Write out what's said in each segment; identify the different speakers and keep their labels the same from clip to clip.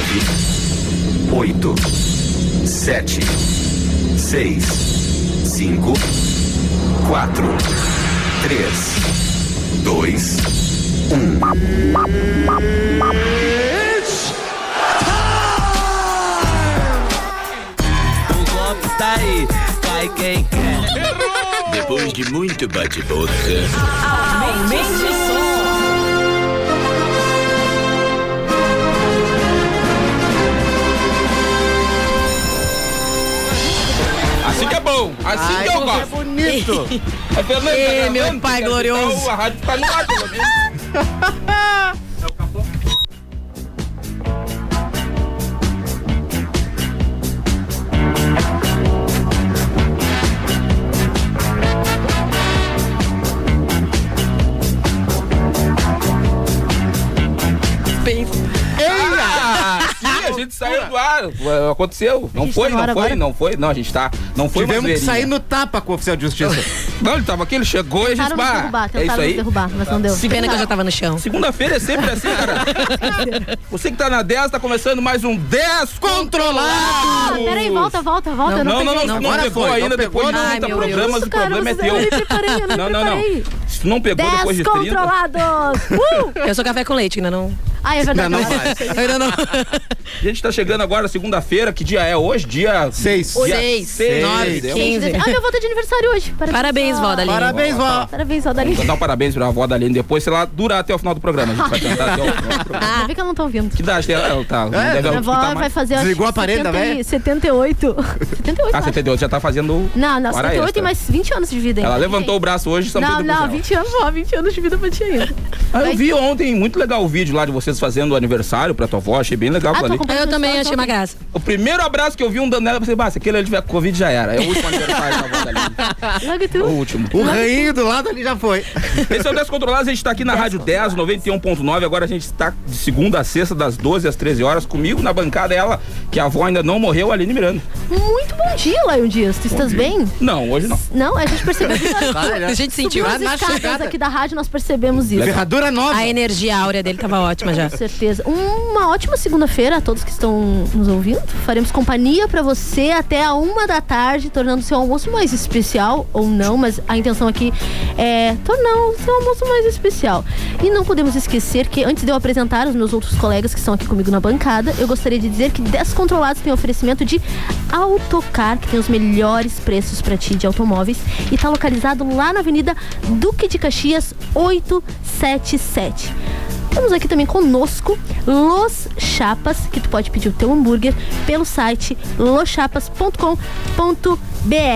Speaker 1: nove, oito, sete, seis, cinco, quatro, três, dois, um.
Speaker 2: golpe tá aí, cai quem quer.
Speaker 3: Depois de muito bate-boca.
Speaker 4: Aumente o som.
Speaker 5: Assim que é bom, assim
Speaker 6: Ai,
Speaker 5: que eu
Speaker 6: como é
Speaker 5: gosto.
Speaker 6: bonito.
Speaker 5: É Fernando,
Speaker 4: Ê,
Speaker 5: tá
Speaker 4: meu
Speaker 5: gravando,
Speaker 4: pai
Speaker 5: tá
Speaker 4: glorioso.
Speaker 5: gravando, A rádio tá no ar, pelo menos. Ah, sim, a gente saiu do ar. Aconteceu. Não
Speaker 6: gente tá
Speaker 5: foi,
Speaker 6: no
Speaker 5: não
Speaker 6: ar
Speaker 5: foi,
Speaker 6: agora?
Speaker 5: não foi. Não, a gente tá. Não foi uma
Speaker 6: Tivemos que
Speaker 5: zoeirinha.
Speaker 6: sair no tapa com o oficial de justiça.
Speaker 5: Não, ele tava aqui, ele chegou e a gente.
Speaker 7: Tentaram nos
Speaker 5: "Bah,
Speaker 7: derrubar,
Speaker 5: é isso
Speaker 7: tentaram nos
Speaker 5: aí.
Speaker 7: derrubar, mas não deu.
Speaker 4: Que pena que eu já tava no chão.
Speaker 5: Segunda-feira é sempre assim, cara. Você que tá na 10, tá começando mais um 10 controlado!
Speaker 7: Ah, peraí, volta, volta, volta. eu
Speaker 5: Não,
Speaker 7: não,
Speaker 5: não, não,
Speaker 7: peguei.
Speaker 5: não, não,
Speaker 6: Agora
Speaker 5: pegou
Speaker 6: foi, não
Speaker 5: ainda,
Speaker 6: pegou.
Speaker 5: depois de
Speaker 4: Ai,
Speaker 5: 30
Speaker 4: meu
Speaker 5: programas,
Speaker 7: Isso,
Speaker 5: o
Speaker 7: cara,
Speaker 5: problema é
Speaker 7: vocês-
Speaker 5: teu.
Speaker 7: Eu me preparei, eu não me
Speaker 5: Não, não, não.
Speaker 7: preparei.
Speaker 5: Se tu não pegou depois de 30.
Speaker 7: Descontrolados! Uh!
Speaker 4: Eu sou café com leite, ainda não.
Speaker 7: Ai, é verdade.
Speaker 6: Não, não
Speaker 7: cara.
Speaker 5: Tá
Speaker 4: Ainda não.
Speaker 5: A gente tá chegando agora, segunda-feira, que dia é hoje? Dia
Speaker 6: Seis.
Speaker 5: Dia
Speaker 4: Seis,
Speaker 5: seis, É um
Speaker 4: nove,
Speaker 5: deu.
Speaker 4: quinze.
Speaker 7: Ah, minha avó tá de aniversário hoje.
Speaker 4: Parabéns,
Speaker 7: ó.
Speaker 4: vó da Aline.
Speaker 6: Parabéns, vó.
Speaker 7: Parabéns, vó da Aline.
Speaker 5: Vou dar um parabéns pra avó da Aline depois, se ela durar até o final do programa. A gente vai tentar até o final do programa.
Speaker 7: Ainda bem que ela não tá ouvindo.
Speaker 5: Que idade dela? Ela tá.
Speaker 6: É,
Speaker 5: deve
Speaker 7: Minha avó
Speaker 5: escutar
Speaker 7: vai
Speaker 5: mais.
Speaker 7: fazer acho,
Speaker 6: Desligou a parede
Speaker 5: tá
Speaker 6: da
Speaker 7: 70 e-
Speaker 6: véia?
Speaker 7: 78. 78,
Speaker 5: Ah,
Speaker 7: acho.
Speaker 5: 78 já tá fazendo.
Speaker 7: Não, não,
Speaker 5: hora
Speaker 7: 78 tem
Speaker 5: extra.
Speaker 7: mais 20 anos de vida ainda.
Speaker 5: Ela levantou o braço hoje, são
Speaker 7: Não,
Speaker 5: tudo
Speaker 7: não,
Speaker 5: pro céu.
Speaker 7: 20 anos, vó, 20 anos de vida pra ti ainda.
Speaker 5: Ah, eu vi ontem, muito legal o vídeo lá de vocês fazendo o aniversário pra tua avó, achei bem legal
Speaker 7: Ah,
Speaker 5: aquilo
Speaker 7: tô
Speaker 5: ali.
Speaker 7: acompanhando
Speaker 4: Eu também
Speaker 7: a
Speaker 4: achei
Speaker 7: história,
Speaker 4: uma graça.
Speaker 5: O primeiro abraço que eu vi um dando nela, eu pensei, bah, se aquele ali tiver com Covid já era. É o último aniversário da avó da Aline.
Speaker 7: Logo
Speaker 5: O
Speaker 7: é tu.
Speaker 5: último.
Speaker 6: O rainho do lado ali já foi.
Speaker 5: Esse é o Descontrolados, a gente tá aqui na Rádio 10, 91.9. Agora a gente está de segunda a sexta, das 12 às 13 horas. Comigo na bancada ela, que a avó ainda não morreu, Aline Miranda.
Speaker 7: Muito bom dia, Lion Dias. Tu estás bem?
Speaker 5: Não, hoje não.
Speaker 7: Não, a gente percebeu que nós
Speaker 4: A gente sentiu.
Speaker 7: subiu
Speaker 6: lá
Speaker 7: as
Speaker 6: na
Speaker 7: escadas
Speaker 6: chegada.
Speaker 7: aqui da rádio, nós percebemos isso.
Speaker 6: Ferradura nova.
Speaker 4: A energia áurea dele tava ótima já.
Speaker 7: Com certeza. Uma ótima segunda-feira a todos que estão nos ouvindo. Faremos companhia pra você até a uma da tarde, tornando o seu almoço mais especial ou não, mas a intenção aqui é tornar o seu almoço mais especial. E não podemos esquecer que, antes de eu apresentar os meus outros colegas que estão aqui comigo na bancada, eu gostaria de dizer que Descontrolados tem oferecimento de Autocar, que tem os melhores preços pra ti de automóveis e tá localizado lá na Avenida Duque de Caxias 877. Temos aqui também conosco Los Chapas, que tu pode pedir o teu hambúrguer pelo site loschapas.com.br.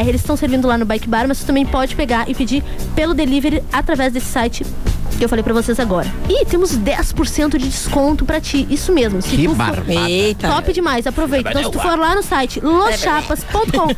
Speaker 7: Eles estão servindo lá no Bike Bar, mas tu também pode pegar e pedir pelo delivery através desse site que eu falei pra vocês agora. E temos 10% de desconto pra ti. Isso mesmo. Se
Speaker 6: Que
Speaker 7: tu for-
Speaker 6: barbada.
Speaker 4: Eita.
Speaker 7: Top demais, aproveita. Então, se tu for lá no site loschapas.com.br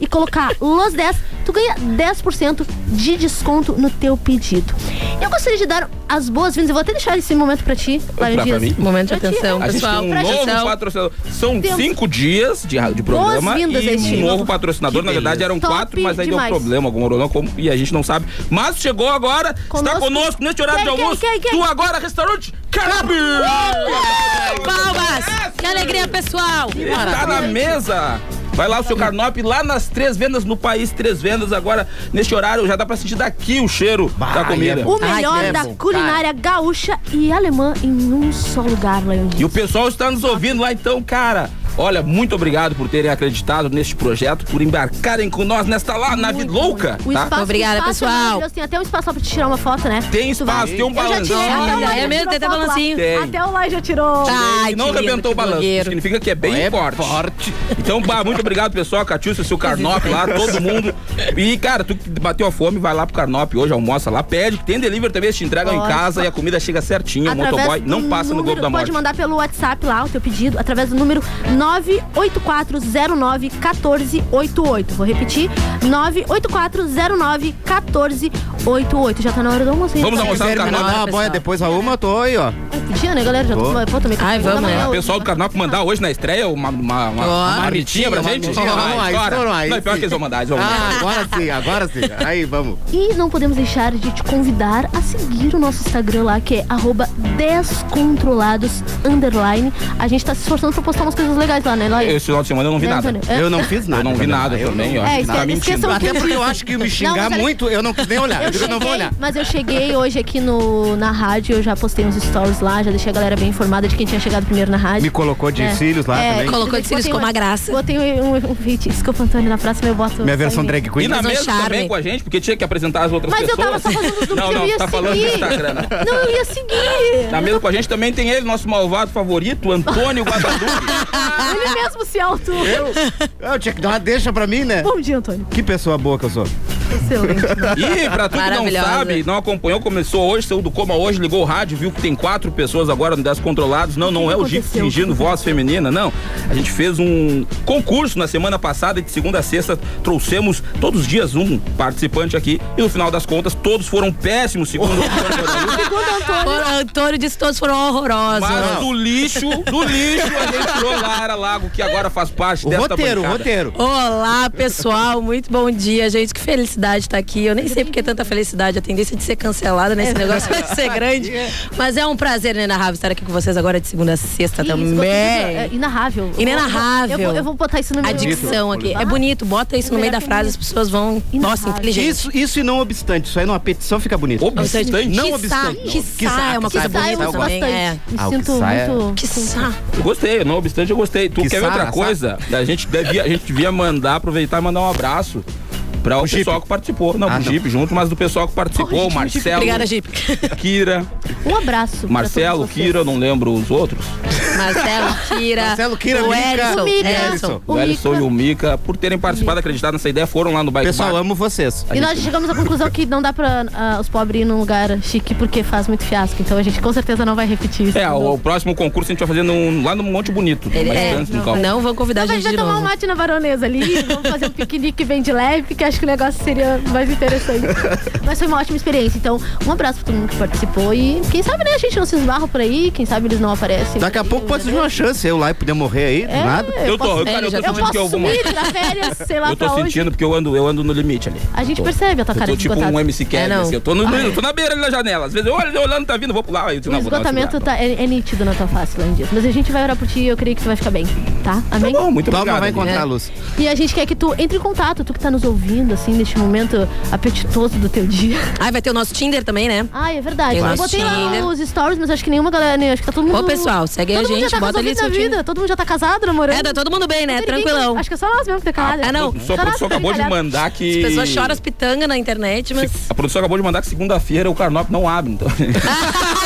Speaker 7: e colocar los10, tu ganha 10% de desconto no teu pedido. Eu gostaria de dar as boas-vindas, eu vou até deixar esse momento pra ti, Laio
Speaker 5: Pra- pra mim?
Speaker 7: Dias.
Speaker 4: Momento de
Speaker 7: Pra ti.
Speaker 4: atenção,
Speaker 5: A gente
Speaker 4: pessoal.
Speaker 5: tem um novo
Speaker 4: Atenção.
Speaker 5: patrocinador. São
Speaker 7: Temos-
Speaker 5: cinco dias de, de programa e um
Speaker 7: Boas-vindas a este
Speaker 5: novo
Speaker 7: novo-
Speaker 5: patrocinador.
Speaker 6: Que
Speaker 5: Na verdade,
Speaker 6: beleza.
Speaker 5: eram
Speaker 7: Top
Speaker 5: quatro, mas aí
Speaker 7: demais.
Speaker 5: deu um problema, algum orolão, como, e a gente não sabe. Mas chegou agora,
Speaker 7: Conosco-
Speaker 5: está conosco neste horário
Speaker 7: Quem,
Speaker 5: de
Speaker 7: quem,
Speaker 5: almoço.
Speaker 7: quem, quem?
Speaker 5: Tu agora, restaurante Carabi!
Speaker 4: Palmas! Que alegria, pessoal!
Speaker 5: Está tá na mesa! Vai lá o seu carnop, lá nas três vendas no país, três vendas agora, neste horário, já dá pra sentir daqui o cheiro
Speaker 6: Bah,
Speaker 5: da comida.
Speaker 6: é bom.
Speaker 7: O melhor
Speaker 6: Ai, que
Speaker 7: da
Speaker 6: bom,
Speaker 7: culinária gaúcha e alemã em um só lugar, Laio
Speaker 5: E o
Speaker 7: Dias.
Speaker 5: pessoal está nos ouvindo lá, então, cara. Olha, muito obrigado por terem acreditado neste projeto, por embarcarem com nós nesta lá, nave louca,
Speaker 7: O
Speaker 5: tá?
Speaker 7: espaço,
Speaker 4: Obrigada,
Speaker 7: o espaço é
Speaker 4: pessoal.
Speaker 7: maravilhoso. Tem até um espaço lá pra te tirar uma foto, né?
Speaker 5: Tem espaço, tem um
Speaker 7: Eu já tirei, até o
Speaker 5: balanço.
Speaker 4: Olha,
Speaker 7: Laio
Speaker 4: é
Speaker 7: já
Speaker 4: mesmo,
Speaker 7: tirou
Speaker 4: tem até
Speaker 7: foto lá.
Speaker 4: balancinho. Tá,
Speaker 5: Tem.
Speaker 7: Até o Laio já tirou.
Speaker 4: Ai,
Speaker 5: não
Speaker 4: que lindo,
Speaker 5: arrebentou o
Speaker 4: que
Speaker 5: balanço.
Speaker 4: blogueiro.
Speaker 5: Significa que é bem
Speaker 6: É
Speaker 5: forte.
Speaker 6: forte.
Speaker 5: Então, bah, muito obrigado, pessoal. Catiúcio, seu Carnop lá, todo mundo. E, cara, tu que bateu a fome, vai lá pro Carnop hoje, almoça lá, pede. que Tem delivery também, eles te entregam em
Speaker 7: Ótimo.
Speaker 5: casa e a comida chega certinha. O
Speaker 7: Através
Speaker 5: um motoboy
Speaker 7: do
Speaker 5: não passa no Globo
Speaker 7: número-
Speaker 5: da Morte.
Speaker 7: Pode mandar pelo WhatsApp lá o teu pedido, através do número 984091488. Vou repetir, 984091488. Já tá na hora do almoço. hein,
Speaker 5: Vamos
Speaker 7: pessoal?
Speaker 5: almoçar.
Speaker 7: tá
Speaker 6: Quiser me
Speaker 5: Carnaval, tá?
Speaker 6: mandar uma boia
Speaker 4: pessoal.
Speaker 6: depois a uma, eu tô aí, ó.
Speaker 7: É Podia, né, galera? Já tô,
Speaker 6: Pô.
Speaker 7: pô, também
Speaker 4: Ai, vamos, né?
Speaker 5: O pessoal do carnaval que mandar hoje na estreia uma, uma,
Speaker 4: Ó.
Speaker 5: uma, uma marmitinha pra
Speaker 6: Uma
Speaker 5: gente.
Speaker 6: marmitinha,
Speaker 5: Vai,
Speaker 6: vamos lá,
Speaker 5: bora.
Speaker 6: estoura lá,
Speaker 5: Não, é pior
Speaker 6: esse.
Speaker 5: que eles vão mandar, eles vão mandar.
Speaker 6: Ah, agora sim, agora sim. Aí, vamos.
Speaker 7: E não podemos deixar de te convidar a seguir o nosso Instagram lá, que é arroba descontrolados underline. A gente tá se esforçando pra postar umas coisas legais lá, né, Laís?
Speaker 5: Esse final de semana eu não vi
Speaker 7: Né,
Speaker 5: nada.
Speaker 7: Antônio? É.
Speaker 6: Eu não fiz nada.
Speaker 5: Eu não vi nada também,
Speaker 6: não
Speaker 5: ó.
Speaker 6: vi
Speaker 7: É,
Speaker 5: Tá
Speaker 7: esque-
Speaker 5: mentindo.
Speaker 7: esqueçam que...
Speaker 6: Até porque eu acho que me xingar
Speaker 7: mas olha-
Speaker 6: muito, eu não quis nem olhar. Eu,
Speaker 7: Eu
Speaker 6: digo,
Speaker 7: cheguei,
Speaker 6: eu não vou olhar.
Speaker 7: mas eu cheguei hoje aqui no, na rádio, eu já postei uns stories lá, já deixei a galera bem informada de quem tinha chegado primeiro na rádio.
Speaker 6: Me colocou de
Speaker 7: É.
Speaker 6: cílios lá
Speaker 7: É,
Speaker 6: também.
Speaker 4: Colocou
Speaker 7: Depois
Speaker 4: de cílios,
Speaker 7: botei
Speaker 4: ficou uma graça.
Speaker 7: Botei um, um, um feitiço. Desculpa, Antônio, na próxima eu boto.
Speaker 6: Minha versão
Speaker 7: só em mim.
Speaker 6: drag queen.
Speaker 5: E na
Speaker 4: Mas um
Speaker 5: mesa também
Speaker 4: charme.
Speaker 5: com a gente, porque tinha que apresentar as outras
Speaker 7: é Mas eu
Speaker 5: pessoas.
Speaker 7: tava só falando do que
Speaker 5: Não,
Speaker 7: eu
Speaker 5: não,
Speaker 7: ia
Speaker 5: tá falando do
Speaker 7: seguir.
Speaker 5: Instagram. né? Tá
Speaker 7: Não, eu ia seguir.
Speaker 5: Na mesa com a gente também tem ele, nosso malvado favorito, Antônio Guadalupe.
Speaker 7: Ele mesmo se auto.
Speaker 6: Eu, eu tinha que dar uma deixa pra mim, né?
Speaker 7: Bom dia, Antônio.
Speaker 6: Que pessoa boa que eu sou.
Speaker 7: Excelente.
Speaker 5: E pra tu que não
Speaker 4: Maravilhosa.
Speaker 5: sabe, não acompanhou, começou hoje, saiu do coma hoje, ligou o rádio, viu que tem quatro pessoas agora no Descontrolados. Não, não é o Gico
Speaker 7: aconteceu?
Speaker 5: fingindo voz feminina, não. A gente fez um concurso na semana passada e de segunda a sexta trouxemos todos os dias um participante aqui e no final das contas todos foram péssimos, segundo o
Speaker 4: Antônio. Antônio disse que todos foram horrorosos.
Speaker 5: Mas do lixo, do lixo, a gente tirou Lara Lago, que agora faz parte
Speaker 6: O
Speaker 5: desta
Speaker 6: roteiro, o
Speaker 5: bancada.
Speaker 6: roteiro.
Speaker 4: Olá, pessoal. Muito bom dia, gente. Que felicidade estar aqui. Eu nem sei porque é tanta felicidade. A tendência de ser cancelada nesse
Speaker 7: É.
Speaker 4: negócio vai ser grande. Mas é um prazer, Nena Rava, estar aqui com vocês agora de segunda a sexta
Speaker 7: Isso,
Speaker 4: também.
Speaker 7: é inarrável.
Speaker 4: Inenarrável.
Speaker 7: Eu vou, eu vou botar isso no meu...
Speaker 4: A dicção aqui. É bonito, bota isso no meio da frase, as pessoas vão. Nossa, inteligente. então,
Speaker 6: Isso, isso e não obstante, isso aí numa petição fica bonito.
Speaker 5: Obstante.
Speaker 6: Não
Speaker 4: tipo, Quiçá,
Speaker 6: obstante.
Speaker 4: quiçá é uma coisa
Speaker 7: Quiçá, eu
Speaker 4: bonita
Speaker 7: uso
Speaker 4: também.
Speaker 7: bastante.
Speaker 4: É.
Speaker 7: Me
Speaker 6: Ah, o
Speaker 7: sinto
Speaker 6: quiçá é-
Speaker 7: muito...
Speaker 4: Quiçá.
Speaker 5: Eu gostei, não obstante, eu gostei. Tu
Speaker 6: Que
Speaker 5: quer ver outra
Speaker 6: sa-
Speaker 5: coisa? A gente, devia, a gente devia mandar, aproveitar e mandar um abraço para o,
Speaker 6: Jipe.
Speaker 5: pessoal que participou. Não,
Speaker 6: Ah,
Speaker 5: pro
Speaker 6: não.
Speaker 5: Jeep junto, mas do pessoal que participou, o Marcelo,
Speaker 4: Obrigada, Jeep.
Speaker 5: Kira,
Speaker 7: Um abraço. pra
Speaker 5: Marcelo,
Speaker 7: todos vocês.
Speaker 5: Kira, eu não lembro os outros.
Speaker 4: Marcelo, Kira.
Speaker 6: Marcelo, Kira,
Speaker 4: o
Speaker 6: Mica.
Speaker 4: Edson.
Speaker 7: O Mica.
Speaker 4: Edson.
Speaker 7: O
Speaker 5: O Ellison
Speaker 7: Mica.
Speaker 5: e o Mica, por terem participado, acreditado nessa ideia, foram lá no Bike
Speaker 6: Pessoal,
Speaker 5: Bar.
Speaker 6: amo vocês.
Speaker 7: E nós chegamos à conclusão que não dá pra ah, os pobres ir num lugar chique porque faz muito fiasco. Então a gente com certeza não vai repetir isso.
Speaker 5: É,
Speaker 7: não.
Speaker 5: o, o próximo concurso a gente vai fazer num- lá no Monte Bonito.
Speaker 4: Ele
Speaker 5: mais
Speaker 4: é,
Speaker 5: antes do
Speaker 4: não,
Speaker 5: Cal-
Speaker 4: não vão convidar a
Speaker 7: Mas
Speaker 4: gente
Speaker 7: vai
Speaker 4: de
Speaker 7: tomar um
Speaker 4: novo.
Speaker 7: mate na baronesa ali, vamos fazer um piquenique bem de leve, porque acho que o negócio seria mais interessante. Mas foi uma ótima experiência, então um abraço pra todo mundo que participou e quem sabe né, a gente não se esbarra por aí, quem sabe eles não aparecem.
Speaker 6: Daqui a
Speaker 7: por aí,
Speaker 6: pouco pode surgir
Speaker 7: entendeu?
Speaker 6: uma chance eu lá e poder morrer aí, do
Speaker 7: É,
Speaker 6: nada.
Speaker 5: Eu tô,
Speaker 7: posso-
Speaker 5: cara, eu
Speaker 4: já
Speaker 5: tô
Speaker 4: tá-
Speaker 7: Eu
Speaker 5: sentindo que eu
Speaker 7: posso né?
Speaker 5: vou morrer.
Speaker 7: sumir na férias, sei lá
Speaker 5: Eu
Speaker 7: pra
Speaker 5: tô
Speaker 7: onde.
Speaker 5: sentindo porque eu ando, eu ando no limite ali.
Speaker 7: A gente percebe a tua
Speaker 5: Eu
Speaker 7: cara
Speaker 5: tô
Speaker 7: de Ah.
Speaker 5: tipo
Speaker 7: esgotado.
Speaker 5: um MC Kevin,
Speaker 4: É, não.
Speaker 5: assim, eu tô, no, eu tô na beira ali da janela. Às vezes eu olho, olhando, tá vindo, vou pular. Aí eu
Speaker 7: O
Speaker 5: não, vou dar uma
Speaker 7: esgotamento
Speaker 5: segurada.
Speaker 7: tá, é, é nítido na tua face, Landias. Mas a gente vai orar por ti e eu creio que tu vai ficar bem, tá? Amém? É.
Speaker 5: Bom, muito
Speaker 6: Toma,
Speaker 5: obrigado.
Speaker 6: vai
Speaker 5: amigo.
Speaker 6: encontrar
Speaker 4: né?
Speaker 6: a luz.
Speaker 7: E a gente quer que tu entre em contato, tu que tá nos ouvindo, assim, neste momento apetitoso do teu dia.
Speaker 4: Ai, vai ter o nosso Tinder também, né?
Speaker 7: Ah, é verdade.
Speaker 4: Tem
Speaker 7: Eu
Speaker 4: lá
Speaker 7: botei
Speaker 4: Tinder.
Speaker 7: lá os stories, mas acho que nenhuma galera, né? Acho que tá todo mundo.
Speaker 4: Ô, pessoal, segue
Speaker 7: todo
Speaker 4: a
Speaker 7: mundo
Speaker 4: gente,
Speaker 7: já tá
Speaker 4: bota ali
Speaker 7: resolvido
Speaker 4: seu
Speaker 7: na vida.
Speaker 4: Tinder.
Speaker 7: Todo mundo já tá casado, namorando.
Speaker 4: É, tá todo mundo bem, né?
Speaker 7: Não tem ninguém-
Speaker 4: Tranquilão.
Speaker 7: Acho que é só nós mesmo que tá calado.
Speaker 4: Ah, não.
Speaker 5: Só
Speaker 7: nós
Speaker 5: a produção
Speaker 7: que tá
Speaker 5: acabou de
Speaker 7: encalhado.
Speaker 5: mandar que.
Speaker 4: As pessoas choram as pitangas na internet, mas.
Speaker 5: A produção acabou de mandar que segunda-feira o Carnop não abre, então.
Speaker 7: Ah,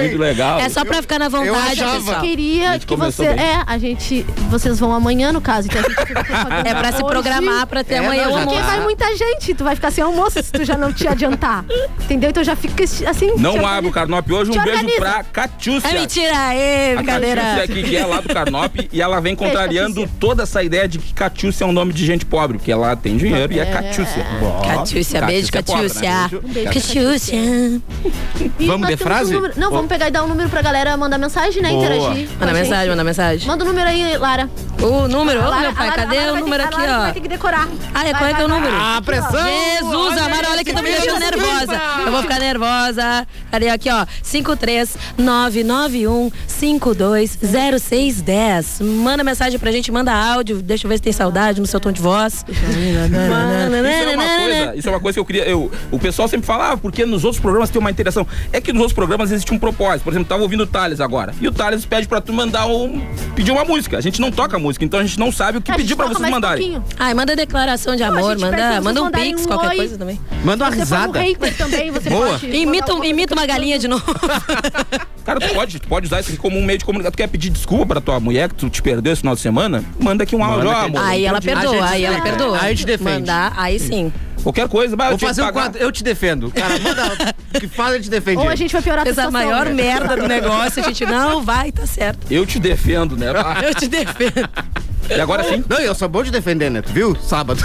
Speaker 5: Muito legal.
Speaker 4: É só pra ficar na vontade,
Speaker 6: achava.
Speaker 7: Eu
Speaker 4: pessoal.
Speaker 5: A
Speaker 7: queria
Speaker 5: gente
Speaker 7: que você.
Speaker 5: começou bem.
Speaker 7: É, a gente. Vocês vão amanhã, no caso. Então a gente fica com a família
Speaker 4: É pra se
Speaker 7: hoje.
Speaker 4: programar pra ter
Speaker 6: É,
Speaker 4: amanhã
Speaker 6: não,
Speaker 4: o
Speaker 6: já tá.
Speaker 7: Porque
Speaker 4: almoço.
Speaker 7: vai muita gente, tu vai ficar sem almoço se tu já não te adiantar. Entendeu? Então já fica assim. te
Speaker 5: Não abre o Carnop hoje.
Speaker 7: Te
Speaker 5: Um beijo
Speaker 7: organiza.
Speaker 5: pra Catiúcia.
Speaker 4: É mentira, aí,
Speaker 5: A Catiúcia
Speaker 4: brincadeira.
Speaker 5: aqui, que é lá do Carnop, e ela vem contrariando toda essa ideia de que Catiúcia é um nome de gente pobre, porque ela tem dinheiro e é Catiúcia. Ó,
Speaker 4: Catiúcia, beijo,
Speaker 5: é pobre, né?
Speaker 4: Catiúcia.
Speaker 7: beijo,
Speaker 4: Catiúcia.
Speaker 7: E
Speaker 6: Vamos
Speaker 7: nós
Speaker 6: de
Speaker 7: temos
Speaker 6: frase?
Speaker 7: um número- Não, vamos pegar e dar um número pra galera mandar mensagem, né?
Speaker 6: Boa.
Speaker 7: Interagir. com
Speaker 4: Manda
Speaker 7: a gente.
Speaker 4: mensagem, manda mensagem.
Speaker 7: Manda o número aí, Lara.
Speaker 4: O número, ô
Speaker 7: Lara,
Speaker 4: meu pai,
Speaker 7: a Lara- a
Speaker 4: cadê
Speaker 7: Lara
Speaker 4: o
Speaker 7: vai
Speaker 4: número
Speaker 7: ter que-
Speaker 4: aqui,
Speaker 7: a Lara vai
Speaker 4: ó?
Speaker 7: ter que decorar.
Speaker 4: Ah, é,
Speaker 7: Vai,
Speaker 4: qual é
Speaker 7: vai,
Speaker 4: que é o
Speaker 7: vai.
Speaker 4: número?
Speaker 6: A pressão!
Speaker 4: Jesus,
Speaker 6: Olha
Speaker 4: amado, olha
Speaker 6: esse
Speaker 4: que tá me
Speaker 6: menino
Speaker 4: deixando nervosa.
Speaker 6: limpa!
Speaker 4: Eu vou ficar nervosa. Cadê aqui, ó? um 53991520610. Manda mensagem pra gente, manda áudio. Deixa eu ver se tem saudade no seu tom de voz.
Speaker 5: Isso é uma coisa, isso é uma coisa que eu queria. Eu, o pessoal sempre fala, ah, porque nos outros programas tem uma interação. É que nos outros programas existe um propósito. Por exemplo, tava ouvindo o Thales agora. E o Thales pede pra tu mandar um. pedir uma música. A gente não toca música, então a gente não sabe o que
Speaker 7: A gente
Speaker 5: pedir pra
Speaker 7: toca
Speaker 5: vocês
Speaker 7: mais
Speaker 5: mandarem.
Speaker 7: pouquinho.
Speaker 4: Ai, manda declaração de amor,
Speaker 7: gente prefere
Speaker 4: manda,
Speaker 7: vocês
Speaker 4: manda um
Speaker 7: mandarem
Speaker 4: pix,
Speaker 7: um
Speaker 4: qualquer
Speaker 7: oi.
Speaker 4: coisa também.
Speaker 6: Manda uma
Speaker 7: Você fala um
Speaker 6: risada.
Speaker 7: hater também, você
Speaker 6: Boa.
Speaker 7: pode...
Speaker 4: Imita, um-
Speaker 7: mandar
Speaker 4: imita uma
Speaker 7: alguma coisa
Speaker 4: galinha de novo.
Speaker 5: Cara, tu pode, tu pode usar isso aqui como um meio de comunicação. Tu quer pedir desculpa pra tua mulher que tu te perdeu esse final de semana? Manda aqui um áudio,
Speaker 6: Manda
Speaker 5: ó,
Speaker 6: aqui.
Speaker 5: amor.
Speaker 4: Aí ela
Speaker 6: entendi.
Speaker 4: perdoa,
Speaker 6: A gente
Speaker 4: aí ela
Speaker 6: defende.
Speaker 4: perdoa.
Speaker 6: A gente defende.
Speaker 4: Mandar, aí sim.
Speaker 5: Qualquer coisa, vai, eu
Speaker 6: Vou
Speaker 5: tinha
Speaker 6: fazer
Speaker 5: que
Speaker 6: um
Speaker 5: pagar.
Speaker 6: quadro, eu te defendo. Cara, manda o que fala, eu te defendo.
Speaker 7: Ou a gente vai piorar a tua
Speaker 4: Essa
Speaker 7: situação.
Speaker 4: maior
Speaker 7: né?
Speaker 4: merda do negócio, a gente não vai, tá certo.
Speaker 5: Eu te defendo, né?
Speaker 4: Eu te defendo.
Speaker 5: E agora sim?
Speaker 6: Não, eu sou bom de defender, né? Tu viu? Sábado.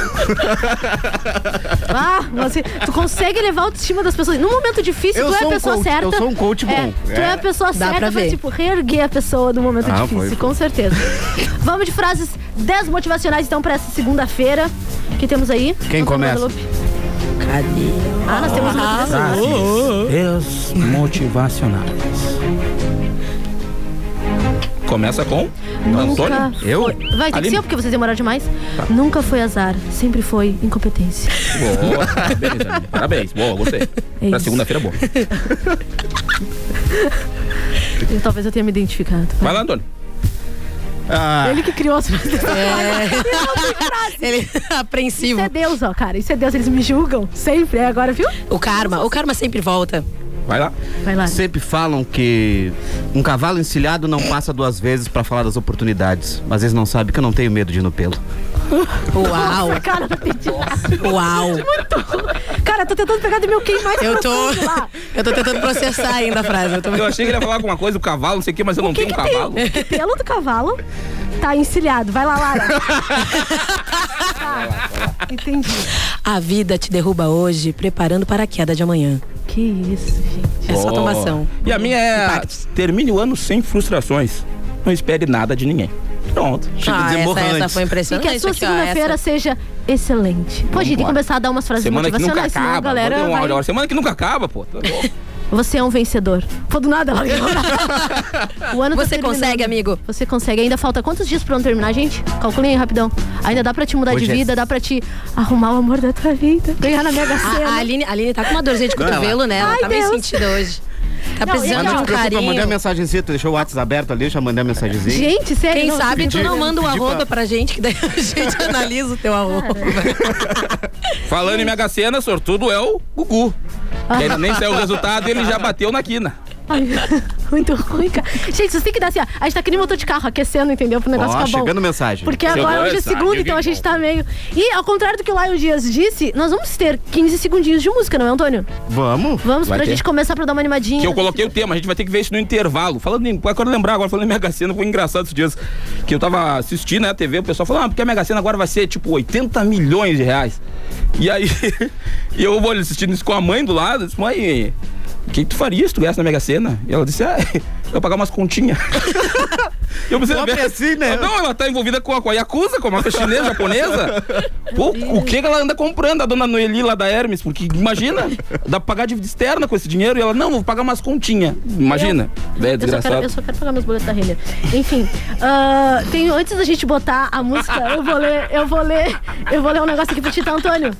Speaker 7: Ah, você, tu consegue levar a autoestima das pessoas. Num momento difícil,
Speaker 6: Eu
Speaker 7: tu é a
Speaker 6: sou um
Speaker 7: pessoa
Speaker 6: coach,
Speaker 7: certa.
Speaker 6: eu sou um coach bom.
Speaker 7: É, tu é a pessoa certa
Speaker 4: pra
Speaker 7: pra,
Speaker 4: ver.
Speaker 7: tipo, reerguer a pessoa no momento
Speaker 6: Ah,
Speaker 7: difícil,
Speaker 6: foi,
Speaker 7: com certeza. Vamos de frases desmotivacionais, então, pra essa segunda-feira. que temos aí?
Speaker 6: Quem começa?
Speaker 4: Cadê?
Speaker 7: Ah, nós temos uma trilha sonora.
Speaker 4: ah.
Speaker 5: Desmotivacionais. Começa com Antônio.
Speaker 7: Nunca foi-
Speaker 6: Eu? Tá.
Speaker 7: Vai, tem que
Speaker 5: Aline?
Speaker 7: ser, porque vocês demoraram demais. Nunca foi azar, sempre foi incompetência.
Speaker 5: Boa, parabéns, amiga. Parabéns. Boa, gostei.
Speaker 7: É
Speaker 5: pra
Speaker 7: isso.
Speaker 5: segunda-feira, boa.
Speaker 7: Eu- talvez eu tenha me identificado.
Speaker 5: Vai lá, Antônio.
Speaker 6: Ah,
Speaker 7: Ele que criou as frases.
Speaker 4: É. Ele apreensivo.
Speaker 7: Isso é Deus, ó, cara. Isso é Deus. Eles me julgam sempre. É agora, viu?
Speaker 4: O karma. O karma sempre volta.
Speaker 5: Vai lá.
Speaker 7: Vai lá.
Speaker 6: sempre falam que um cavalo encilhado não passa duas vezes pra falar das oportunidades. Mas eles não sabem que eu não tenho medo de ir no pelo.
Speaker 4: Uau.
Speaker 7: Cara, não entendi nada.
Speaker 4: Uau.
Speaker 7: Cara, tô tentando pegar do meu quem mais.
Speaker 4: Eu tô.
Speaker 7: profundo lá.
Speaker 4: Eu tô tentando processar ainda a frase. Eu tô-
Speaker 5: Eu achei que ele ia falar alguma coisa do cavalo, não sei o quê, mas eu não
Speaker 7: que
Speaker 5: tenho um
Speaker 7: que tem?
Speaker 5: cavalo.
Speaker 7: O pelo do cavalo tá encilhado. Vai lá, Lara. Tá. Entendi.
Speaker 4: A vida te derruba hoje, preparando para a queda de amanhã.
Speaker 7: Que isso, gente.
Speaker 4: É só
Speaker 5: Boa.
Speaker 4: tomação.
Speaker 5: E a minha é.
Speaker 4: Impactos.
Speaker 5: Termine o ano sem frustrações. Não espere nada de ninguém. Pronto.
Speaker 6: de
Speaker 4: Ah, essa,
Speaker 6: desmorrantes.
Speaker 4: essa foi
Speaker 7: E
Speaker 4: impressionante.
Speaker 7: que a sua
Speaker 4: aqui, ó,
Speaker 7: segunda-feira
Speaker 4: essa-
Speaker 7: seja excelente. Pô, a gente tem que começar a dar umas frases
Speaker 5: Semana que nunca
Speaker 7: motivacionais, senão a
Speaker 5: acaba.
Speaker 7: galera.
Speaker 5: Botei um
Speaker 7: vai-
Speaker 5: áudio agora. Semana que nunca acaba, pô. Tá bom.
Speaker 7: Você é um vencedor. Pô, do nada, ela O ano tá
Speaker 4: Você
Speaker 7: terminando.
Speaker 4: consegue, amigo?
Speaker 7: Você consegue. Ainda falta quantos dias pra não terminar, gente? Calculem aí rapidão. Ainda dá pra te mudar
Speaker 6: Hoje
Speaker 7: de
Speaker 6: é-
Speaker 7: vida, dá pra te arrumar o amor da tua vida, ganhar na Mega Sena.
Speaker 4: A, a Aline, a Aline tá com uma dorzinha de
Speaker 6: Não, ela-
Speaker 4: cotovelo, né? Ela
Speaker 7: Ai,
Speaker 4: tá meio
Speaker 7: Deus.
Speaker 4: sentida hoje. Tá
Speaker 7: Não,
Speaker 4: precisando
Speaker 7: e
Speaker 4: de
Speaker 7: não
Speaker 4: um
Speaker 7: se
Speaker 6: eu mandei a
Speaker 4: carinho.
Speaker 6: mensagenzinha, tu deixou o WhatsApp aberto ali, eu já mandei a mensagenzinha.
Speaker 7: Gente, sério.
Speaker 4: Quem
Speaker 7: não,
Speaker 4: sabe tu não manda um
Speaker 6: pedi pra-
Speaker 4: arroba pra gente, que daí a gente analisa o teu arroba.
Speaker 5: Falando em Mega Sena, sortudo é o Gugu. Ele nem saiu o resultado e ele já bateu na quina.
Speaker 7: Ai, muito ruim, cara. Gente, vocês têm que dar assim, ó. A gente tá que nem motor de carro, aquecendo, entendeu? Pro negócio
Speaker 6: Ó,
Speaker 7: ficar bom.
Speaker 6: chegando mensagem.
Speaker 7: Porque
Speaker 5: Chegou
Speaker 7: agora hoje é
Speaker 5: essa,
Speaker 7: segunda,
Speaker 5: viu,
Speaker 7: então a
Speaker 5: Guigui?
Speaker 7: gente tá meio. E ao contrário do que o Lion Dias disse, nós vamos ter 15 segundinhos de música, não é, Antônio?
Speaker 6: Vamos?
Speaker 7: Vamos
Speaker 5: Vai
Speaker 7: pra
Speaker 5: ter.
Speaker 7: gente começar pra dar uma animadinha.
Speaker 5: Que eu coloquei o tema, a gente vai ter que ver isso no intervalo. Falando em. Eu quero lembrar agora, falando em Mega Sena, foi engraçado esses dias que eu tava assistindo né, a TV, o pessoal falou, ah, porque a Mega Sena agora vai ser tipo 80 milhões de reais. E aí, e eu vou assistindo isso com a mãe do lado, eu disse, mãe, o que tu faria se tu ganhasse na Mega Sena? E ela disse, ah, eu ia pagar umas continhas. Eu pensei,
Speaker 6: Pobre
Speaker 5: "Bem,
Speaker 6: assim, né?"
Speaker 5: Não, ela tá envolvida com a, com a Yakuza, com a máfia chinesa, japonesa. Pô, o que que ela anda comprando, a dona Noeli lá da Hermes? Porque imagina, dá pra pagar dívida externa com esse dinheiro e ela, não, vou pagar umas continhas. Imagina. é
Speaker 7: Eu só,
Speaker 5: desgraçado.
Speaker 7: quero, eu só quero pagar meus boletos da Renner. Enfim, ah, tem, antes da gente botar a música, eu vou ler, eu vou ler, eu vou ler um negócio aqui pra ti, tá, Antônio?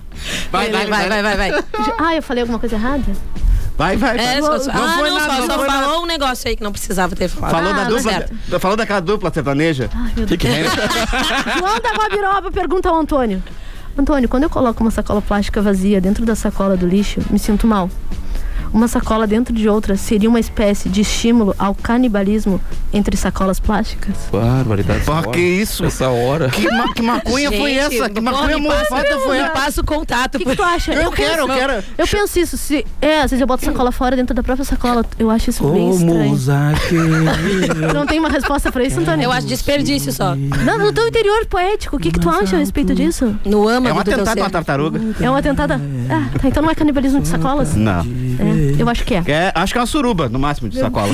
Speaker 4: Vai, vai, vai, vai, vai. vai.
Speaker 7: Ah, eu falei alguma coisa errada?
Speaker 6: Vai, vai. vai.
Speaker 4: É, só, só, ah,
Speaker 6: foi
Speaker 4: não,
Speaker 6: nada,
Speaker 4: só,
Speaker 6: não
Speaker 4: só
Speaker 6: foi nada.
Speaker 4: falou um negócio aí que não precisava ter falado.
Speaker 6: Falou
Speaker 7: Ah,
Speaker 6: da
Speaker 7: tá
Speaker 6: dupla.
Speaker 4: certo.
Speaker 6: da- Falou daquela dupla sertaneja?
Speaker 7: Ai, meu
Speaker 6: Que que
Speaker 7: Deus.
Speaker 6: é?
Speaker 7: João da Guabiroba pergunta ao Antônio. Antônio, quando eu coloco uma sacola plástica vazia dentro da sacola do lixo, me sinto mal. Uma sacola dentro de outra seria uma espécie de estímulo ao canibalismo entre sacolas plásticas?
Speaker 5: Barbaridade. essa
Speaker 6: Pô,
Speaker 5: hora.
Speaker 6: que isso?
Speaker 5: Essa hora.
Speaker 6: Que, ma- que maconha foi
Speaker 4: Gente,
Speaker 6: essa? Que
Speaker 4: pô,
Speaker 6: maconha
Speaker 4: me passa-
Speaker 6: mofada foi
Speaker 4: Me
Speaker 6: essa?
Speaker 4: passa o contato.
Speaker 7: O que, que tu acha?
Speaker 6: Eu quero, eu quero.
Speaker 7: Eu penso isso. Se, é, às vezes eu boto sacola fora dentro da própria sacola. Eu acho isso bem estranho. Tu Não tem uma resposta pra isso, Antônio?
Speaker 4: Eu acho desperdício só.
Speaker 7: Não, no teu interior poético, o que, que tu
Speaker 8: ah,
Speaker 7: acha a
Speaker 8: hum.
Speaker 7: respeito disso?
Speaker 4: No
Speaker 6: É um
Speaker 4: âmago do teu
Speaker 6: atentado
Speaker 4: ser.
Speaker 6: com a tartaruga?
Speaker 7: É uma tentada. Ah, tá, então não é canibalismo de sacolas?
Speaker 6: Não.
Speaker 7: É, eu acho que é.
Speaker 6: É, acho que é uma suruba, no máximo, de sacola.